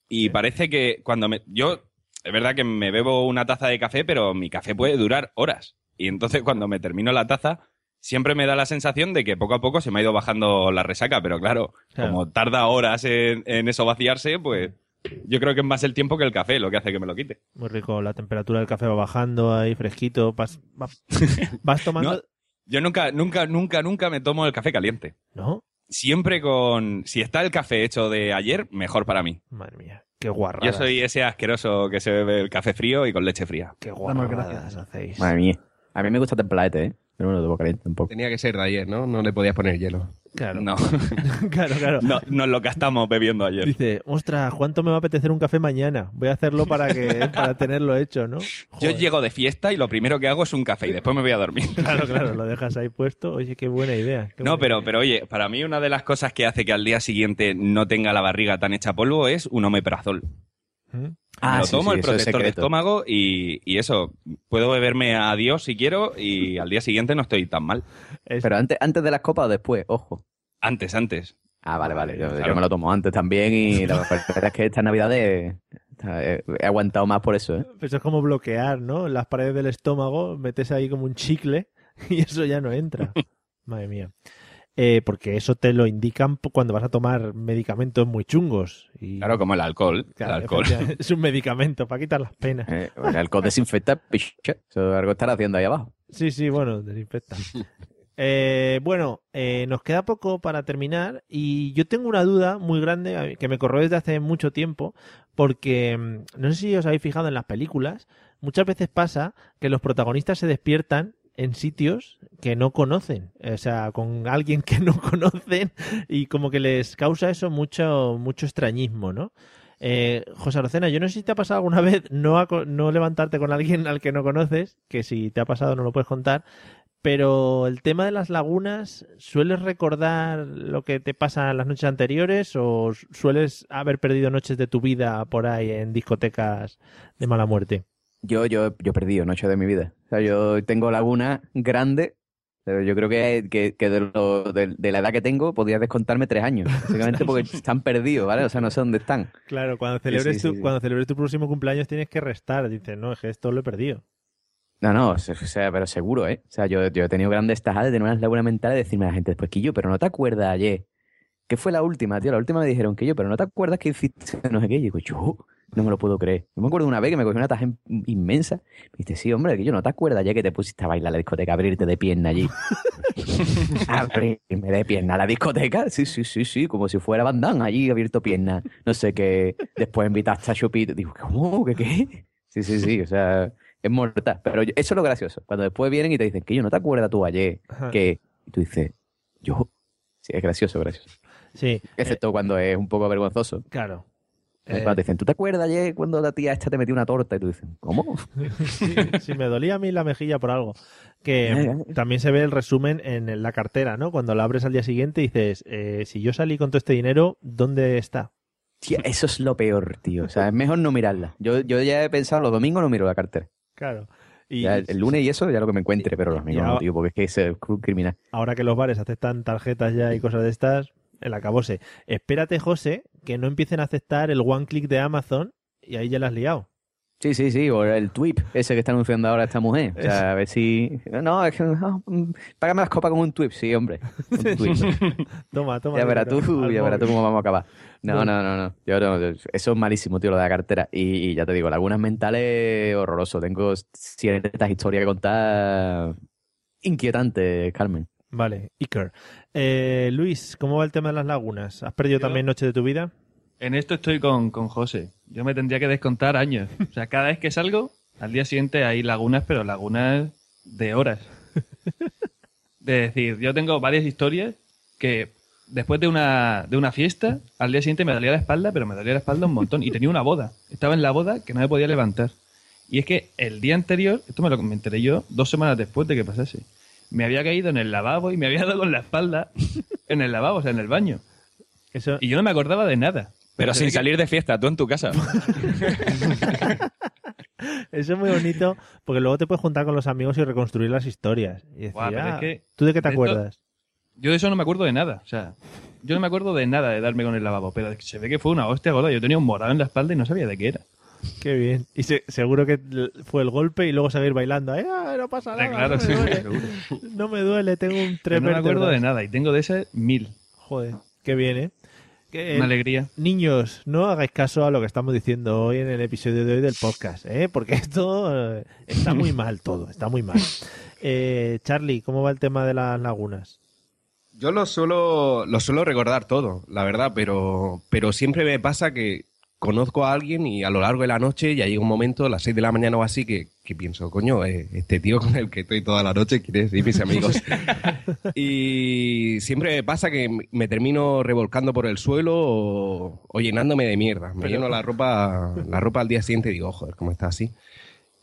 Y parece que cuando me... Yo, es verdad que me bebo una taza de café, pero mi café puede durar horas. Y entonces cuando me termino la taza, siempre me da la sensación de que poco a poco se me ha ido bajando la resaca. Pero claro,
Claro.
como tarda horas en, en eso vaciarse, pues yo creo que es más el tiempo que el café lo que hace que me lo quite.
Muy rico, la temperatura del café va bajando ahí, fresquito. Vas, va-
<laughs>
vas tomando.
Yo nunca, nunca, nunca, nunca me tomo el café caliente.
¿No?
Siempre con... Si está el café hecho de ayer, mejor para mí.
Madre mía, qué guarrada.
Yo soy ese asqueroso que se bebe el café frío y con leche fría.
Qué
gracias.
guarradas hacéis.
Madre mía. A mí me gusta templadete, ¿eh? Pero no lo debo caliente tampoco.
Tenía que ser de ayer, ¿no? No le podías poner hielo.
Claro,
No,
<laughs> claro, claro.
no, nos lo gastamos bebiendo <laughs> ayer.
Dice, ostras, ¿cuánto me va a apetecer un café mañana? Voy a hacerlo para
<laughs>
que para tenerlo hecho, ¿no?
Yo
Joder.
llego de fiesta y lo primero que hago es un café y después me voy a dormir.
Claro, claro, lo dejas ahí puesto. Oye, qué buena idea. qué
<laughs> No,
buena
pero,
idea.
pero oye, para mí una de las cosas que hace que al día siguiente no tenga la barriga tan hecha polvo es un omeprazol.
¿Mm?
Me lo
Ah, sí,
tomo
sí,
el
eso es
protector de
secreto.
estómago y, y eso, puedo beberme a Dios si quiero y al día siguiente no estoy tan mal.
Es-
Pero antes, antes de las copas o después, ojo.
Antes, antes.
Ah, vale, vale. Yo, yo
Claro.
me lo tomo antes también y la verdad es que esta Navidad he, he aguantado más por eso, ¿eh?
Eso es como bloquear, ¿no? Las paredes <laughs>
<laughs>
del estómago, metes ahí como un chicle y eso ya no entra. Madre mía. eh, porque eso te lo indican p- cuando vas a tomar medicamentos muy chungos. Y,
Claro, como el alcohol.
claro,
el alcohol.
efectivamente, <laughs> Es un medicamento para quitar las penas.
Eh, el alcohol desinfecta, picha. Eso algo estará haciendo ahí abajo.
Sí, sí, bueno, desinfecta. Eh, bueno, eh, nos queda poco para terminar y yo tengo una duda muy grande a mí, que me corroe desde hace mucho tiempo porque mm, no sé si os habéis fijado en las películas, muchas veces pasa que los protagonistas se despiertan en sitios que no conocen, o sea, con alguien <laughs> que no conocen y como que les causa eso mucho, mucho extrañismo, ¿no? Eh, José Arocena, yo no sé si te ha pasado alguna vez no, aco- no levantarte con alguien al que no conoces, que si te ha pasado no lo puedes contar, pero el tema de las lagunas, ¿sueles recordar lo que te pasa las noches anteriores o sueles haber perdido noches de tu vida por ahí en discotecas de mala muerte?
Yo, yo, yo he perdido noche de mi vida. O sea, yo tengo laguna grande, pero yo creo que, que, que de, lo- de- de la edad que tengo podría descontarme tres años. Básicamente porque están perdidos, ¿vale? O sea, no sé dónde están.
Claro, cuando
celebres sí, tu- sí.
cuando celebres tu próximo cumpleaños tienes que restar, dices, no, es que esto lo he perdido.
No, no, o sea, pero seguro, ¿eh? O sea, yo, yo he tenido grandes tajadas de tener unas lagunas mentales de decirme a la gente después, Quillo, pero no te acuerdas ayer. ¿Qué fue la última, tío? La última me dijeron, Quillo, pero no te acuerdas que hiciste no sé qué. Y digo, yo no me lo puedo creer. Yo me acuerdo una vez que me cogió una taja in- inmensa. Me dice, sí, hombre, Quillo, no te acuerdas ayer que te pusiste a bailar a la discoteca, a abrirte de pierna allí. Abrirme de pierna a la discoteca. Sí, sí, sí, sí, como si fuera bandán allí, abierto pierna. No sé qué. Después invitaste a Chupito. Digo, ¿cómo? ¿Qué qué? Sí, sí, sí, o sea... Es mortal. Pero yo- eso es lo gracioso. Cuando después vienen y te dicen que yo no te acuerdas tú ayer,
Ah.
que y tú dices, yo. Sí, es gracioso, gracioso.
Sí,
Excepto cuando es un poco vergonzoso.
claro. Eh,
Cuando te dicen, ¿tú te acuerdas ayer cuando la tía esta te metió una torta? Y tú dices, ¿cómo?
Sí, sí, me dolía a mí la mejilla por algo. Que
Eh,
también se ve el resumen en la cartera, ¿no? Cuando la abres al día siguiente dices, eh, si yo salí con todo este dinero, ¿dónde está?
Tía, eso es lo peor, tío. O sea, es mejor no mirarla. Yo, yo ya he pensado, los domingos no miro la cartera.
Claro. Y
Ya el, el lunes y eso, ya lo que me encuentre, pero los domingos
Ya.
no, tío, porque es que ese es un criminal.
ahora que los bares aceptan tarjetas ya y cosas de estas, el acabose. Espérate, José, que no empiecen a aceptar el one click de Amazon y ahí ya la has liado.
Sí, sí, sí, o el tweet ese que está anunciando ahora esta mujer. O sea, a ver si. No, es que. no, mm, págame las copas con un tweet, sí, hombre. Un tweet.
Toma, toma.
Ya
verá
verás tú, ya verás tú cómo vamos a acabar. No,
Bueno.
no, no, no. Yo no, yo- Eso es malísimo, tío, lo de la cartera. Y, y ya te digo, lagunas mentales horroroso. Tengo ciertas historias que contar inquietantes, Carmen.
Vale, Iker. Eh, Luis, ¿cómo va el tema de las lagunas? ¿Has perdido
Yo-
también noche de tu vida?
En esto estoy con, con José. Yo me tendría que descontar años. O sea, cada vez que salgo, al día siguiente hay lagunas, pero lagunas de horas. De decir, yo tengo varias historias que después de una, de una fiesta, al día siguiente me dolía la espalda, pero me dolía la espalda un montón. Y tenía una boda. Estaba en la boda que no me podía levantar. Y es que el día anterior, esto me lo me enteré yo dos semanas después de que pasase, me había caído en el lavabo y me había dado con la espalda en el lavabo, o sea, en el baño.
Eso,
Y yo no me acordaba de nada.
<laughs> Pero sin
Desde que-
salir de fiesta, tú en tu
<laughs>
casa.
eso es muy
<laughs>
bonito porque luego te puedes juntar con los amigos y reconstruir las historias. Y decir,
Guau, pero
"Ah,
es que
¿tú de qué te
de esto-
acuerdas?
Yo de eso no me acuerdo de nada. O sea, yo no me acuerdo de nada de darme con el lavabo, pero se ve que fue una hostia gorda. Yo tenía un morado en la espalda y no sabía de qué era.
Qué bien. Y se- seguro que l- fue el golpe y luego seguir bailando. "Eh, ah, no pasa nada.
Eh,
no,
claro,
me
sí,
duele,
seguro.
<laughs> no me duele, tengo un
Yo
tres
no me acuerdo
vértebras".
de nada y tengo de esas mil.
Joder, qué bien, ¿eh? Que, eh,
Una alegría.
Niños, no hagáis caso a lo que estamos diciendo hoy en el episodio de hoy del podcast, ¿eh? Porque esto eh, está muy mal todo, está muy
<laughs>
mal. Eh, Charlie, ¿cómo va el tema de las lagunas?
Yo lo suelo, lo suelo recordar todo, la verdad, pero, pero siempre me pasa que conozco a alguien y a lo largo de la noche ya llega un momento, a las 6 de la mañana o así, que, que pienso, coño, eh, este tío con el que estoy toda la noche quiere decir mis amigos. y siempre me pasa que me termino revolcando por el suelo o, o llenándome de mierda. Me lleno la ropa, la ropa al día siguiente y digo, joder, ¿cómo está así?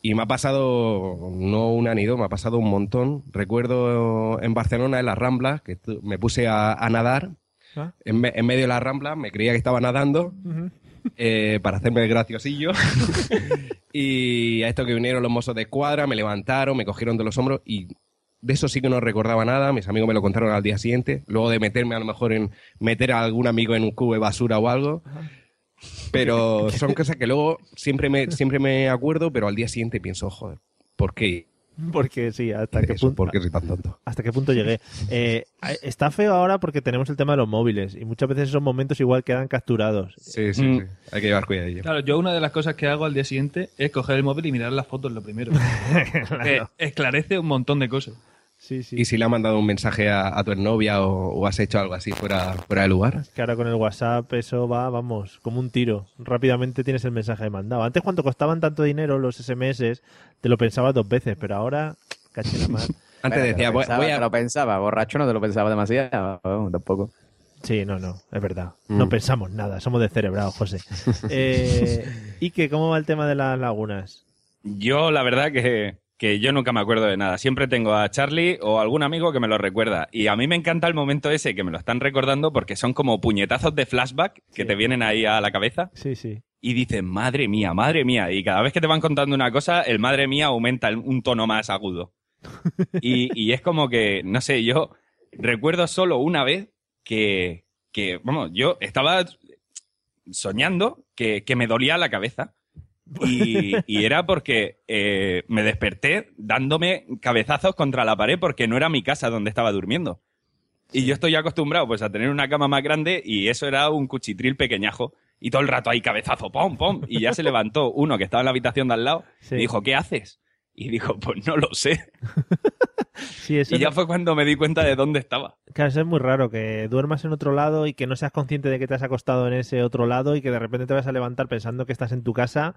Y me ha pasado, no una ni dos, me ha pasado un montón. Recuerdo en Barcelona, en las Ramblas, que tu- me puse a, a nadar.
Ah.
En, me- en medio de las Ramblas, me creía que estaba nadando eh, para hacerme el graciosillo. <laughs> y a esto que vinieron los mozos de escuadra, me levantaron, me cogieron de los hombros y de eso sí que no recordaba nada. Mis amigos me lo contaron al día siguiente. Luego de meterme a lo mejor en meter a algún amigo en un cubo de basura o algo. Pero son cosas que luego siempre me, siempre me acuerdo, pero al día siguiente pienso, joder, ¿por qué?
Porque sí, hasta qué punto.
porque soy tan tonto.
¿Hasta qué punto llegué? Eh, está feo ahora porque tenemos el tema de los móviles y muchas veces esos momentos igual quedan capturados.
Sí, sí,
Mm.
sí. Hay que llevar cuidadillo.
Claro, yo una de las cosas que hago al día siguiente es coger el móvil y mirar las fotos lo <laughs> primero. Que esclarece un montón de cosas.
Sí, sí.
¿Y si le ha mandado un mensaje a, a tu novia o, o has hecho algo así fuera, fuera de lugar?
Que ahora con el WhatsApp eso va, vamos, como un tiro. Rápidamente tienes el mensaje mandado. Antes cuando costaban tanto dinero los SMS, te lo pensabas dos veces, pero ahora, caché la mar.
Antes
Bueno, te
decía,
lo
voy,
pensaba,
voy
te
a...
lo pensaba, borracho no te lo pensaba demasiado, vamos, tampoco.
Sí, no, no, es verdad. No pensamos nada, somos descerebrados, José. Eh, ¿Y que cómo va el tema de las lagunas?
Yo, la verdad, que, que yo nunca me acuerdo de nada. Siempre tengo a Charlie o algún amigo que me lo recuerda. Y a mí me encanta el momento ese que me lo están recordando porque son como puñetazos de flashback que
Sí.
te vienen ahí a la cabeza
Sí, sí.
y dices, madre mía, madre mía. Y cada vez que te van contando una cosa, el madre mía aumenta el- un tono más agudo. Y, y es como que, no sé, yo recuerdo solo una vez que, que vamos, yo estaba soñando que, que me dolía la cabeza. Y, y era porque eh, me desperté dándome cabezazos contra la pared porque no era mi casa donde estaba durmiendo. Y yo estoy acostumbrado pues a tener una cama más grande y eso era un cuchitril pequeñajo. Y todo el rato ahí cabezazo, pom, pom. Y ya se levantó uno que estaba en la habitación de al lado
Sí.
y dijo, ¿qué haces? Y dijo, pues no lo sé.
Sí, eso
Y ya fue cuando me di cuenta de dónde estaba.
Claro, eso es muy raro que duermas en otro lado y que no seas consciente de que te has acostado en ese otro lado y que de repente te vas a levantar pensando que estás en tu casa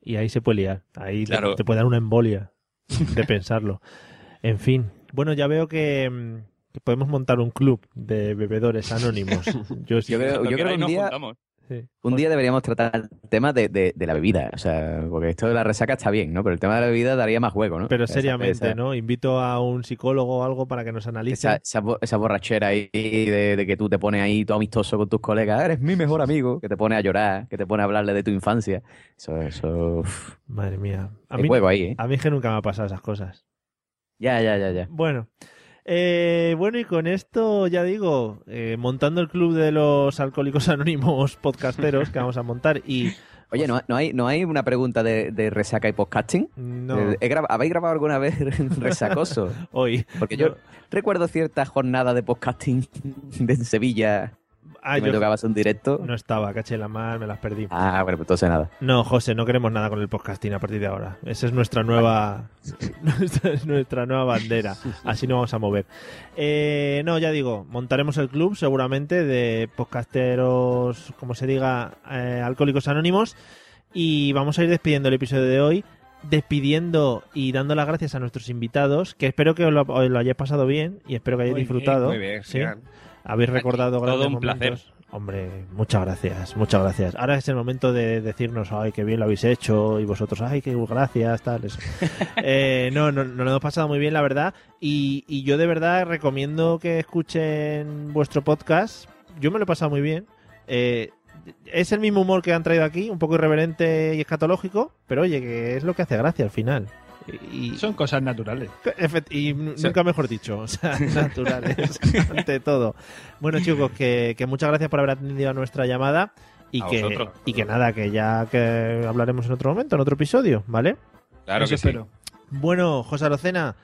y ahí se puede liar. Ahí te-
Claro.
te, puede dar una embolia de
<laughs>
pensarlo. En fin, bueno, ya veo que, mm, que podemos montar un club de bebedores
<laughs>
anónimos. Yo sí.
Yo creo,
Cuando
yo creo que
queráis
un
nos
día,
juntamos.
sí.
un día deberíamos tratar el tema de, de- de la bebida, o sea, porque esto de la resaca está bien, ¿no? Pero el tema de la bebida daría más juego, ¿no?
Pero
Esa-
seriamente,
esa-
¿no? Invito a un psicólogo o algo para que nos analice.
Esa, esa bo- esa borrachera ahí de, de que tú te pones ahí todo amistoso con tus colegas, eres mi mejor amigo, que te pone a llorar, que te pone a hablarle de tu infancia. Eso, eso. uf,
Madre mía. A
hay
mí,
juego ahí, ¿eh?
a mí es que nunca me ha pasado esas cosas.
Ya, ya, ya, ya.
Bueno, eh, bueno y con esto ya digo, eh, montando el club de los alcohólicos anónimos <laughs> podcasteros que vamos a montar y
Oye, ¿no, no hay, ¿no hay una pregunta de, de resaca y podcasting?
no
Eh, he graba- ¿Habéis grabado alguna vez <laughs> resacoso?
hoy.
Porque yo recuerdo cierta jornada de podcasting <laughs> de en Sevilla
Ah,
que me
yo
tocabas un directo.
no estaba, caché la mar, me las perdí.
Ah, bueno, pues entonces nada.
No, José, no queremos nada con el podcasting a partir de ahora. Esa es nuestra nueva, <laughs> nuestra, es nuestra nueva bandera. Así nos vamos a mover. Eh, no, ya digo, montaremos el club seguramente de podcasteros, como se diga, eh, alcohólicos anónimos. Y vamos a ir despidiendo el episodio de hoy, despidiendo y dando las gracias a nuestros invitados, que espero que os lo, os lo hayáis pasado bien y espero que hayáis
Muy bien,
disfrutado.
Muy bien,
¿sí?
genial.
Habéis recordado
todo
grandes
un
momentos.
placer.
Hombre, muchas gracias, muchas gracias. Ahora es el momento de decirnos, ay, qué bien lo habéis hecho, y vosotros, ay, qué gracias, tal.
<laughs>
eso. Eh, no, no, nos lo hemos pasado muy bien, la verdad. Y, y yo de verdad recomiendo que escuchen vuestro podcast. Yo me lo he pasado muy bien. Eh, es el mismo humor que han traído aquí, un poco irreverente y escatológico, pero oye, que es lo que hace gracia al final. Y,
Son cosas naturales.
Efect- y n- nunca mejor dicho, <laughs> o sea, naturales, <laughs> ante todo. Bueno, chicos, que, que muchas gracias por haber atendido a nuestra llamada y
A
que,
vosotros.
y que nada, que ya que hablaremos en otro momento, en otro episodio, ¿vale?
Claro
Eso
que sí.
espero. <laughs>
Bueno, José Arocena,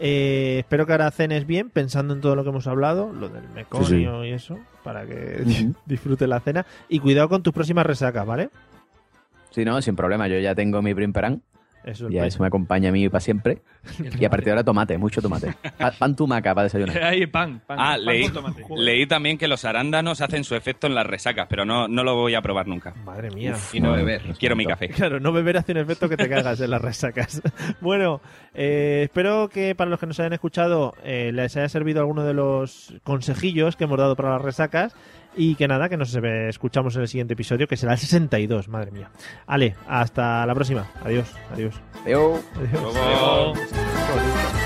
eh, espero que ahora cenes bien, pensando en todo lo que hemos hablado, lo del meconio
Sí,
y eso, para que <laughs> disfrute la cena. Y cuidado con tus próximas resacas, ¿vale?
Sí, no, sin problema. Yo ya tengo mi primperán.
Eso es
Ya eso me acompaña a mí para siempre. Y a partir de ahora tomate, mucho tomate. Pa- Pan tumaca para desayunar.
Ahí, pan, pan.
Ah,
pan
leí-
con tomate.
Leí también que los arándanos hacen su efecto en las resacas, pero no, no lo voy a probar nunca.
Madre mía.
Y no beber.
Quiero mi café.
Claro, no beber hace un efecto que te cagas en las resacas. <laughs> Bueno, eh, espero que para los que nos hayan escuchado eh, les haya servido alguno de los consejillos que hemos dado para las resacas. Y que nada, que nos eh, escuchamos en el siguiente episodio, que será el 62, madre mía. Ale, hasta la próxima. Adiós, adiós.
Adiós.
adiós.
Luego-
Qué bonito.